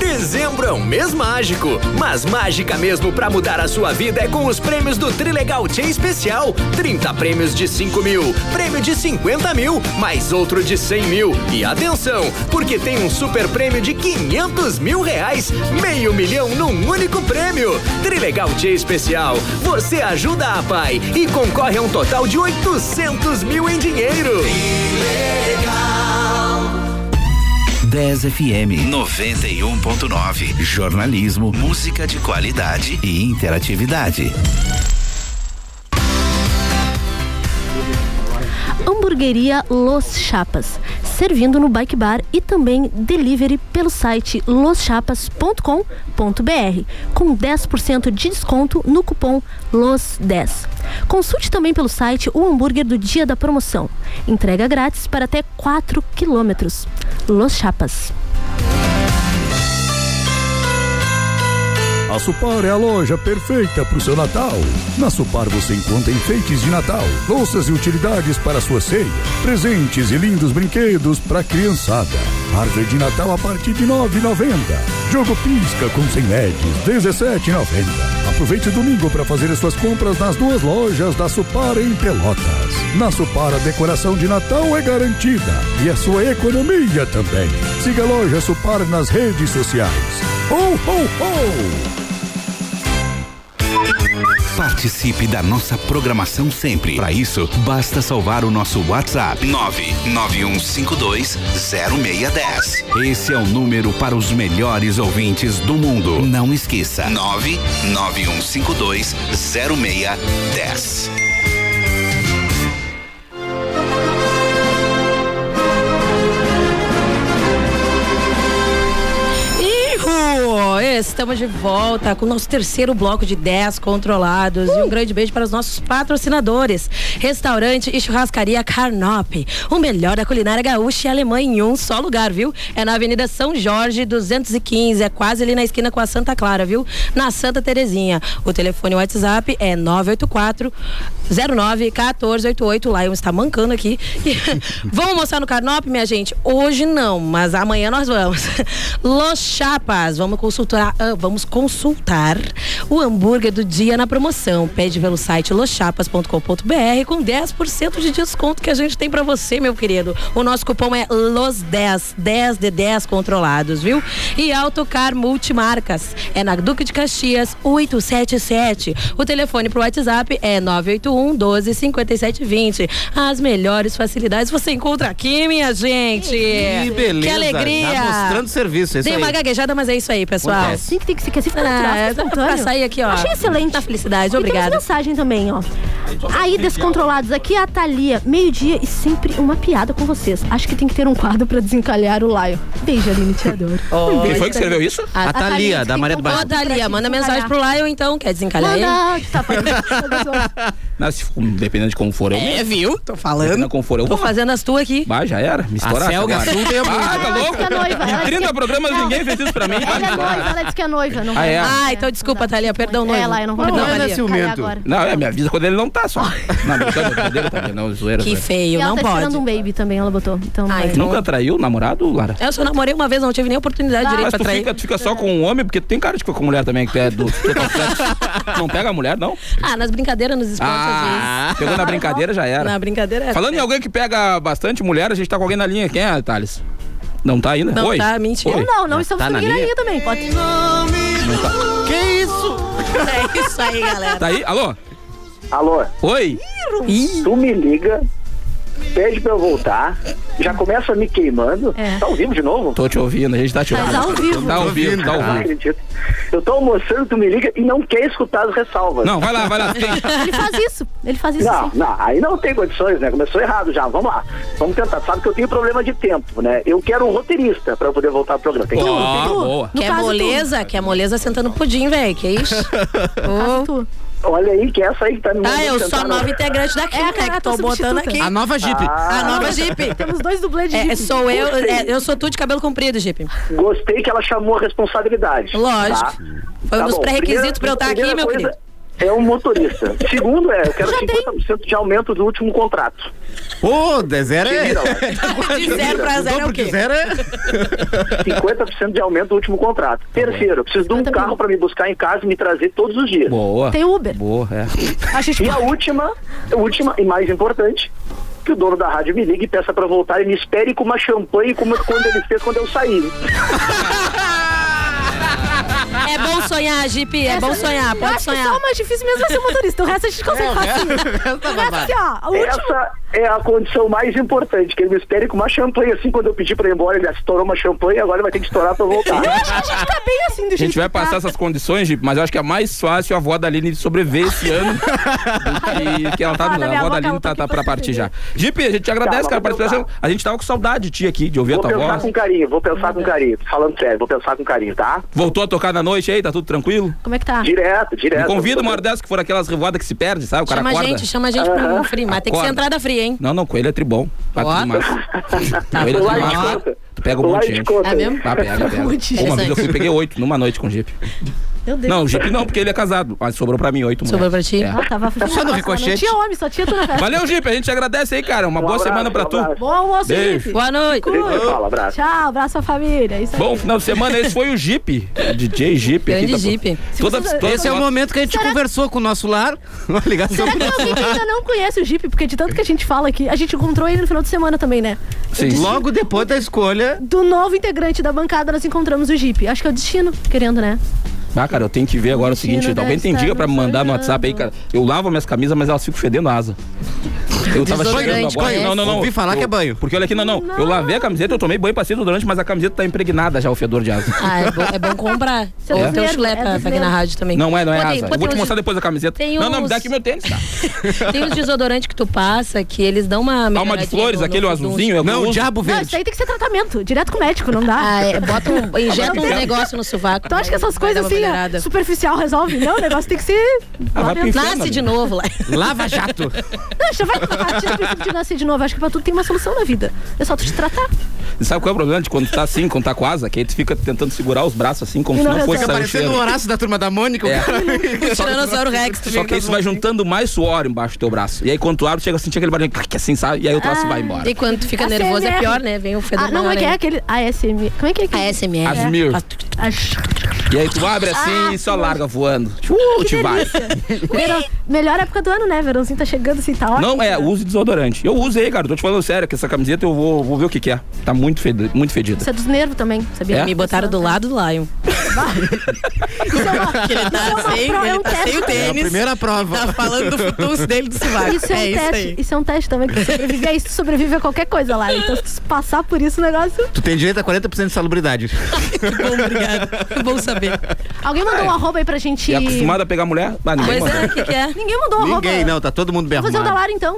Speaker 20: Dezembro é um mês mágico, mas mágica mesmo pra mudar a sua vida é com os prêmios do Trilegal Tia Especial. 30 prêmios de 5 mil, prêmio de 50 mil, mais outro de 100 mil. E atenção, porque tem um super prêmio de 500 mil reais, meio milhão num único prêmio. Trilegal Tia Especial, você ajuda a pai e concorre a um total de 800 mil em dinheiro. Trilegal.
Speaker 17: 10 FM 91.9. Jornalismo, um música de qualidade e interatividade.
Speaker 7: Hamburgueria Los Chapas, servindo no Bike Bar e também delivery pelo site loschapas.com.br, com 10% de desconto no cupom LOS10. Consulte também pelo site o hambúrguer do dia da promoção. Entrega grátis para até 4 quilômetros. Los Chapas.
Speaker 1: A Supar é a loja perfeita para o seu Natal. Na Supar você encontra enfeites de Natal, louças e utilidades para a sua ceia, presentes e lindos brinquedos para a criançada. Árvore de Natal a partir de 9,90. Jogo pisca com 100 LEDs, 17,90. Aproveite o domingo para fazer as suas compras nas duas lojas da Supar em Pelotas. Na Supar a decoração de Natal é garantida e a sua economia também. Siga a loja Supar nas redes sociais. Ho, ho, ho!
Speaker 17: Participe da nossa programação sempre. Para isso, basta salvar o nosso WhatsApp 991520610. Esse é o número para os melhores ouvintes do mundo. Não esqueça 991520610.
Speaker 4: Ihu! Estamos de volta com o nosso terceiro bloco de 10 controlados. E um grande beijo para os nossos patrocinadores: Restaurante e Churrascaria Carnop. O melhor da culinária gaúcha e alemã em um só lugar, viu? É na Avenida São Jorge, 215. É quase ali na esquina com a Santa Clara, viu? Na Santa Terezinha. O telefone WhatsApp é 984 09 1488. Lá eu está mancando aqui. E vamos mostrar no Carnop, minha gente? Hoje não, mas amanhã nós vamos. Los Chapas, vamos consultar, ah, vamos consultar o hambúrguer do dia na promoção. Pede pelo site loschapas.com.br com 10% de desconto que a gente tem para você, meu querido. O nosso cupom é LOS10, 10 de 10 controlados, viu? E Autocar Multimarcas, é na Duque de Caxias, 877. O telefone pro WhatsApp é 981 12 57 20. As melhores facilidades você encontra aqui, minha gente.
Speaker 6: Que beleza.
Speaker 4: Que alegria.
Speaker 6: Tá mostrando serviço, é isso
Speaker 4: Dei
Speaker 6: aí.
Speaker 4: uma gaguejada, mas é isso aí, pessoal.
Speaker 6: Acontece.
Speaker 7: Sim, que tem que ser que assim fica natural,
Speaker 4: Ah,
Speaker 7: fica
Speaker 4: tá-
Speaker 7: espontâneo.
Speaker 4: pra sair aqui, ó.
Speaker 7: Achei excelente.
Speaker 4: Da felicidade,
Speaker 7: E
Speaker 4: obrigada.
Speaker 7: Tem umas mensagem também, ó. Aí, descontrolados, aqui é a Thalia. Meio-dia e sempre uma piada com vocês. Acho que tem que ter um quadro pra desencalhar o laio. Beijo, Aline Teador.
Speaker 5: Quem foi Oh, que escreveu isso?
Speaker 6: A Thalia, da Maria do Bairro.
Speaker 4: Ô, Thalia, manda mensagem pro Lion então, quer desencalhar
Speaker 7: Manda,
Speaker 4: ele?
Speaker 5: Não, se- dependendo de como for eu.
Speaker 4: É, viu? Tô
Speaker 5: Dependendo de
Speaker 4: falando.
Speaker 5: como for eu.
Speaker 4: Tô
Speaker 5: vou.
Speaker 4: fazendo as tuas aqui.
Speaker 5: Bah, já era. Me estourar.
Speaker 6: Selga
Speaker 4: um
Speaker 6: Assunta é muito.
Speaker 5: Ah, tá louco?
Speaker 7: Fica noiva.
Speaker 5: Em 30 programas ninguém fez isso pra mim.
Speaker 7: Ela é noiva, ela disse que é noiva. Não
Speaker 5: Ah, é?
Speaker 4: Ah, então desculpa, Thalia, perdão, noivo.
Speaker 7: É, Laio, não vou
Speaker 4: Perdão,
Speaker 7: não,
Speaker 4: Maria.
Speaker 5: Não, é, me avisa quando ele não tá só. Não, brincando, brincadeira, tá? Não, zoeira.
Speaker 4: Que
Speaker 5: zoeira.
Speaker 4: feio,
Speaker 7: E ela
Speaker 4: não
Speaker 7: tá
Speaker 4: pode.
Speaker 7: esperando um baby também, ela botou. Então, não vai.
Speaker 5: Tu Nunca traiu o namorado, Lara?
Speaker 4: Ah, Eu só namorei uma vez, não tive nem oportunidade direito
Speaker 5: Mas
Speaker 4: pra
Speaker 5: tu
Speaker 4: trair.
Speaker 5: fica, tu fica só com um homem, porque tem cara de ficar com mulher também, que é do total sexo. Não pega a mulher, não?
Speaker 4: Ah, nas brincadeiras, nos esportes, às
Speaker 5: Ah,
Speaker 4: vezes.
Speaker 5: pegou na brincadeira, já era.
Speaker 4: Na brincadeira é.
Speaker 5: Falando em alguém que pega bastante mulher, a gente tá com alguém na linha. Quem é, Thales? Não tá ainda?
Speaker 4: Não
Speaker 5: Oi?
Speaker 4: tá, mentira.
Speaker 5: Oi?
Speaker 7: Não, não estamos
Speaker 5: tá na
Speaker 7: seguindo
Speaker 5: linha?
Speaker 7: aí também. Pode.
Speaker 5: Não tá.
Speaker 7: Que isso?
Speaker 4: É isso aí, galera.
Speaker 5: Tá aí? Alô?
Speaker 3: Alô?
Speaker 5: Oi?
Speaker 3: Tu me liga, pede pra eu voltar, já começa me queimando.
Speaker 7: É.
Speaker 3: Tá ao vivo de novo?
Speaker 5: Tô te ouvindo, a gente tá te ouvindo. Tá ao vivo, tá
Speaker 3: Eu
Speaker 5: ao
Speaker 3: Não
Speaker 5: vivo.
Speaker 3: acredito. Eu tô almoçando, tu me liga e não quer escutar as ressalvas.
Speaker 5: Não, vai lá, vai lá.
Speaker 7: Ele faz isso. Ele faz isso.
Speaker 3: Não,
Speaker 7: sim.
Speaker 3: não, aí não tem condições, né? Começou errado já. Vamos lá. Vamos tentar. Sabe que eu tenho problema de tempo, né? Eu quero um roteirista pra eu poder voltar ao programa. Tem que- um
Speaker 5: Ah, boa.
Speaker 4: Quer
Speaker 3: caso, tu.
Speaker 4: é moleza? Quer moleza sentando pudim, velho? Que é isso?
Speaker 7: tu.
Speaker 3: Olha aí, que é essa aí que tá me
Speaker 4: Ah,
Speaker 3: mandando
Speaker 4: eu sou
Speaker 3: sentar
Speaker 4: a
Speaker 3: na-
Speaker 4: nova integrante
Speaker 7: É
Speaker 4: da Quinta, que tô botando aqui.
Speaker 6: A nova Jeep.
Speaker 4: A
Speaker 3: Ah.
Speaker 4: nova Jeep.
Speaker 7: tá Temos dois dublês de
Speaker 4: É,
Speaker 7: Jeep.
Speaker 4: sou eu, é, eu sou tu de cabelo comprido, Jeep.
Speaker 3: Gostei que ela chamou a responsabilidade. tá?
Speaker 4: Lógico. Foi um dos
Speaker 3: bom.
Speaker 4: pré-requisitos
Speaker 3: Primeira-
Speaker 4: pra eu estar aqui,
Speaker 3: primeira
Speaker 4: meu
Speaker 3: coisa
Speaker 4: querido.
Speaker 3: É um motorista. Segundo é, eu quero 50% de aumento do último contrato. né?
Speaker 6: Ô, de zero
Speaker 3: Te
Speaker 6: é.
Speaker 3: vira, Laura.
Speaker 4: De zero pra zero é o quê?
Speaker 3: 50% de aumento do último contrato. Terceiro, eu preciso de um carro pra me buscar em casa e me trazer todos os dias.
Speaker 5: Boa.
Speaker 7: Tem
Speaker 4: um-
Speaker 7: Uber.
Speaker 5: Boa, é.
Speaker 3: E a última, a última e mais importante, que o dono da rádio me ligue e peça pra voltar e me espere com uma champanhe como quando ele fez quando eu saí.
Speaker 4: É bom sonhar, Jeep, é
Speaker 7: Essa-
Speaker 4: bom sonhar,
Speaker 7: eu
Speaker 4: pode
Speaker 7: acho que
Speaker 4: sonhar.
Speaker 7: só o mais difícil mesmo é ser motorista. O resto a gente consegue facinho.
Speaker 6: é. Tá,
Speaker 7: O resto aqui, ó. O último.
Speaker 3: Essa é a condição mais importante, que ele me espere com uma champanhe, assim, quando eu pedi pra ir embora, ele estourou uma champanhe, agora ele vai ter que estourar pra eu voltar.
Speaker 7: Eu acho que a gente tá bem assim, do
Speaker 5: A gente vai passar essas condições, Jeep, mas eu acho que é mais fácil a avó da Aline sobreviver esse ano. do que, que ela tá,
Speaker 7: Ah, da
Speaker 5: a
Speaker 7: minha
Speaker 5: avó
Speaker 7: avó,
Speaker 5: da Aline
Speaker 7: que
Speaker 5: tá,
Speaker 7: ela tá
Speaker 5: tá pra
Speaker 7: aqui pra
Speaker 5: partir já.
Speaker 7: sobreviver.
Speaker 5: Jeep, a gente agradece,
Speaker 3: Tá,
Speaker 5: cara, a
Speaker 3: vamos
Speaker 5: participação. A gente tava com saudade de ti aqui, de ouvir
Speaker 3: Vou
Speaker 5: a tua
Speaker 3: pensar
Speaker 5: voz.
Speaker 3: com carinho, vou pensar com carinho. Falando sério, vou pensar com carinho, tá?
Speaker 5: Voltou a tocar na noite aí, tá tudo tranquilo?
Speaker 7: Como é que tá?
Speaker 3: Direto, direto.
Speaker 5: Ah. Me convida uma hora dessas que for aquelas revoadas que se perde, sabe? O cara
Speaker 4: Chama a
Speaker 5: acorda.
Speaker 4: gente, chama a gente pra um frio, mas tem que ser
Speaker 5: Acorda.
Speaker 4: entrada fria, hein?
Speaker 5: Não, não, coelho é tribom. Bate
Speaker 4: Ó.
Speaker 5: demais. coelho é
Speaker 4: Lá de
Speaker 5: demais.
Speaker 4: conta.
Speaker 5: Tu pega um
Speaker 4: Lá
Speaker 5: monte
Speaker 4: de
Speaker 5: de gente.
Speaker 4: conta. É mesmo?
Speaker 5: Tá, pega,
Speaker 4: Um
Speaker 5: pega.
Speaker 4: monte de
Speaker 5: Uma
Speaker 4: gente.
Speaker 5: vez eu fui, peguei oito numa noite com Jeep.
Speaker 7: Meu Deus.
Speaker 5: Não, o Jeep não, porque ele é casado. Mas sobrou pra mim oito
Speaker 4: Sobrou pra
Speaker 5: mulheres.
Speaker 4: ti?
Speaker 5: É.
Speaker 7: Ah, tava
Speaker 5: Só no
Speaker 7: Nossa, Não
Speaker 5: ricochete.
Speaker 7: tinha homem, só tinha tu na casa.
Speaker 5: Valeu, Jeep. A gente agradece aí, cara. Uma boa semana pra tu.
Speaker 7: Bom almoço,
Speaker 5: Beijo.
Speaker 7: Felipe.
Speaker 5: Boa noite.
Speaker 7: Se cuida.
Speaker 5: A gente se fala, abraço.
Speaker 7: Tchau, abraço à família. É Isso aí.
Speaker 5: Bom final de semana, esse foi o Jeep. DJ Jeep. aqui,
Speaker 7: Grande
Speaker 5: tá bom.
Speaker 7: Jeep. Se
Speaker 5: Toda,
Speaker 7: vocês-
Speaker 5: toda-
Speaker 6: Esse é o momento que a gente conversou com o nosso lar. Uma ligação.
Speaker 7: Será que tem alguém que ainda não conhece o Jeep? Porque de tanto que a gente fala aqui, a gente encontrou ele no final de semana também, né?
Speaker 6: Sim. Logo depois da escolha.
Speaker 7: Do novo integrante da bancada, nós encontramos o Jeep. Acho que é o destino, querendo, né?
Speaker 5: Ah, cara, eu tenho que ver agora o seguinte,
Speaker 7: Mentira,
Speaker 5: alguém tem
Speaker 7: deve
Speaker 5: dica
Speaker 7: estar
Speaker 5: pra me mandar no WhatsApp aí, cara. Eu lavo minhas camisas, mas elas ficam fedendo asa. Eu tava
Speaker 6: Desodorante,
Speaker 5: chegando agora.
Speaker 6: banho.
Speaker 5: Não, não, não.
Speaker 6: Ouvi falar
Speaker 5: Eu-
Speaker 6: que é banho.
Speaker 5: Porque olha aqui, não, não, Eu lavei a camiseta, eu tomei banho, passei durante, mas a camiseta tá impregnada já, o fedor de asa.
Speaker 4: Ah, é bom, é bom comprar.
Speaker 5: É?
Speaker 4: Ou tem um
Speaker 5: brasileiro,
Speaker 4: chulé
Speaker 5: é
Speaker 4: pra, pra aqui
Speaker 5: brasileiro.
Speaker 4: na rádio também.
Speaker 5: Não é, não é
Speaker 4: Pô, tem- pô,
Speaker 5: asa. Eu vou
Speaker 4: tem
Speaker 5: te
Speaker 4: uns-
Speaker 5: mostrar depois a camiseta.
Speaker 4: um tem
Speaker 5: Não, não, me dá
Speaker 4: uns-
Speaker 5: aqui meu tênis, tá?
Speaker 4: Tem os desodorantes que tu passa que eles dão uma.
Speaker 5: Alma de flores, aquele azulzinho. eu uso.
Speaker 7: Não, isso aí tem que ser tratamento, direto com o médico, não dá.
Speaker 4: Ah, é, bota um, injeta um negócio no sovaco.
Speaker 7: Tu acha que essas
Speaker 4: Vai dar
Speaker 7: coisas
Speaker 4: uma
Speaker 7: assim,
Speaker 4: melhorada.
Speaker 7: ó, superficial resolve? Não, o negócio tem que ser.
Speaker 4: Ah, vai pro inferno,
Speaker 7: Nasce de
Speaker 5: né?
Speaker 4: amiga.
Speaker 7: novo lá.
Speaker 6: Lava jato.
Speaker 7: Não, já vai partir do princípio de nascer de novo. Acho que pra tudo tem uma solução na vida. É só tu te tratar.
Speaker 5: E sabe qual é o problema de quando tá assim, quando tá com asa? Que aí tu fica tentando segurar os braços assim, como
Speaker 6: E
Speaker 5: se
Speaker 6: não é
Speaker 5: não fosse
Speaker 6: resolve.
Speaker 5: sair o
Speaker 6: Parecendo
Speaker 5: cheiro.
Speaker 6: o Horácio da turma da Mônica. o
Speaker 5: É.
Speaker 6: cara-
Speaker 4: O Tiranossauro Rex. tu
Speaker 5: Só
Speaker 4: fica
Speaker 5: que isso vai juntando mais suor embaixo do teu braço. E aí quando tu abre, chega a sentir aquele barulho clac, assim, sabe? E aí o
Speaker 7: Ah.
Speaker 5: troço vai embora.
Speaker 4: E quando tu fica
Speaker 7: ASMR.
Speaker 4: nervoso é pior, né? Vem o fedor
Speaker 7: Ah, não, como é
Speaker 4: maior
Speaker 7: que é
Speaker 4: ainda.
Speaker 7: aquele ASMR? Como é que é aquele?
Speaker 4: ASMR.
Speaker 5: Asmir. E aí tu abre assim
Speaker 7: Ah,
Speaker 5: e só larga voando. Uh, te vai.
Speaker 7: Verão, melhor época do ano, né? Verãozinho tá chegando assim, tá ótimo.
Speaker 5: Não, é, use desodorante. Eu usei, cara. Tô te falando sério, que essa camiseta eu vou, vou ver o que, que é. Tá muito, fedi- muito fedida.
Speaker 7: Isso é dos nervos também, sabia?
Speaker 5: É? Me botaram
Speaker 4: do lado do Lion. Ele tá
Speaker 7: É
Speaker 4: sem,
Speaker 7: um
Speaker 4: ele tá sem o tênis.
Speaker 6: É a primeira prova.
Speaker 4: Tá falando do futuro dele do sovaco.
Speaker 7: Isso é um
Speaker 4: É isso
Speaker 7: teste.
Speaker 4: aí.
Speaker 7: é um teste também que tu sobrevive a isso, tu sobrevive a qualquer coisa lá. Então, se tu passar por isso, o negócio.
Speaker 6: Tu tem direito a 40% de salubridade.
Speaker 4: Bom saber.
Speaker 7: Alguém mandou um arroba aí pra gente.
Speaker 5: E acostumado a pegar mulher? Ah, ninguém
Speaker 7: Pois é,
Speaker 5: consegue.
Speaker 7: o que, que é? Ninguém mandou um arroba.
Speaker 6: Ninguém, não. Tá todo mundo bem
Speaker 7: Vamos fazer o da
Speaker 6: arrumado.
Speaker 7: Lara então.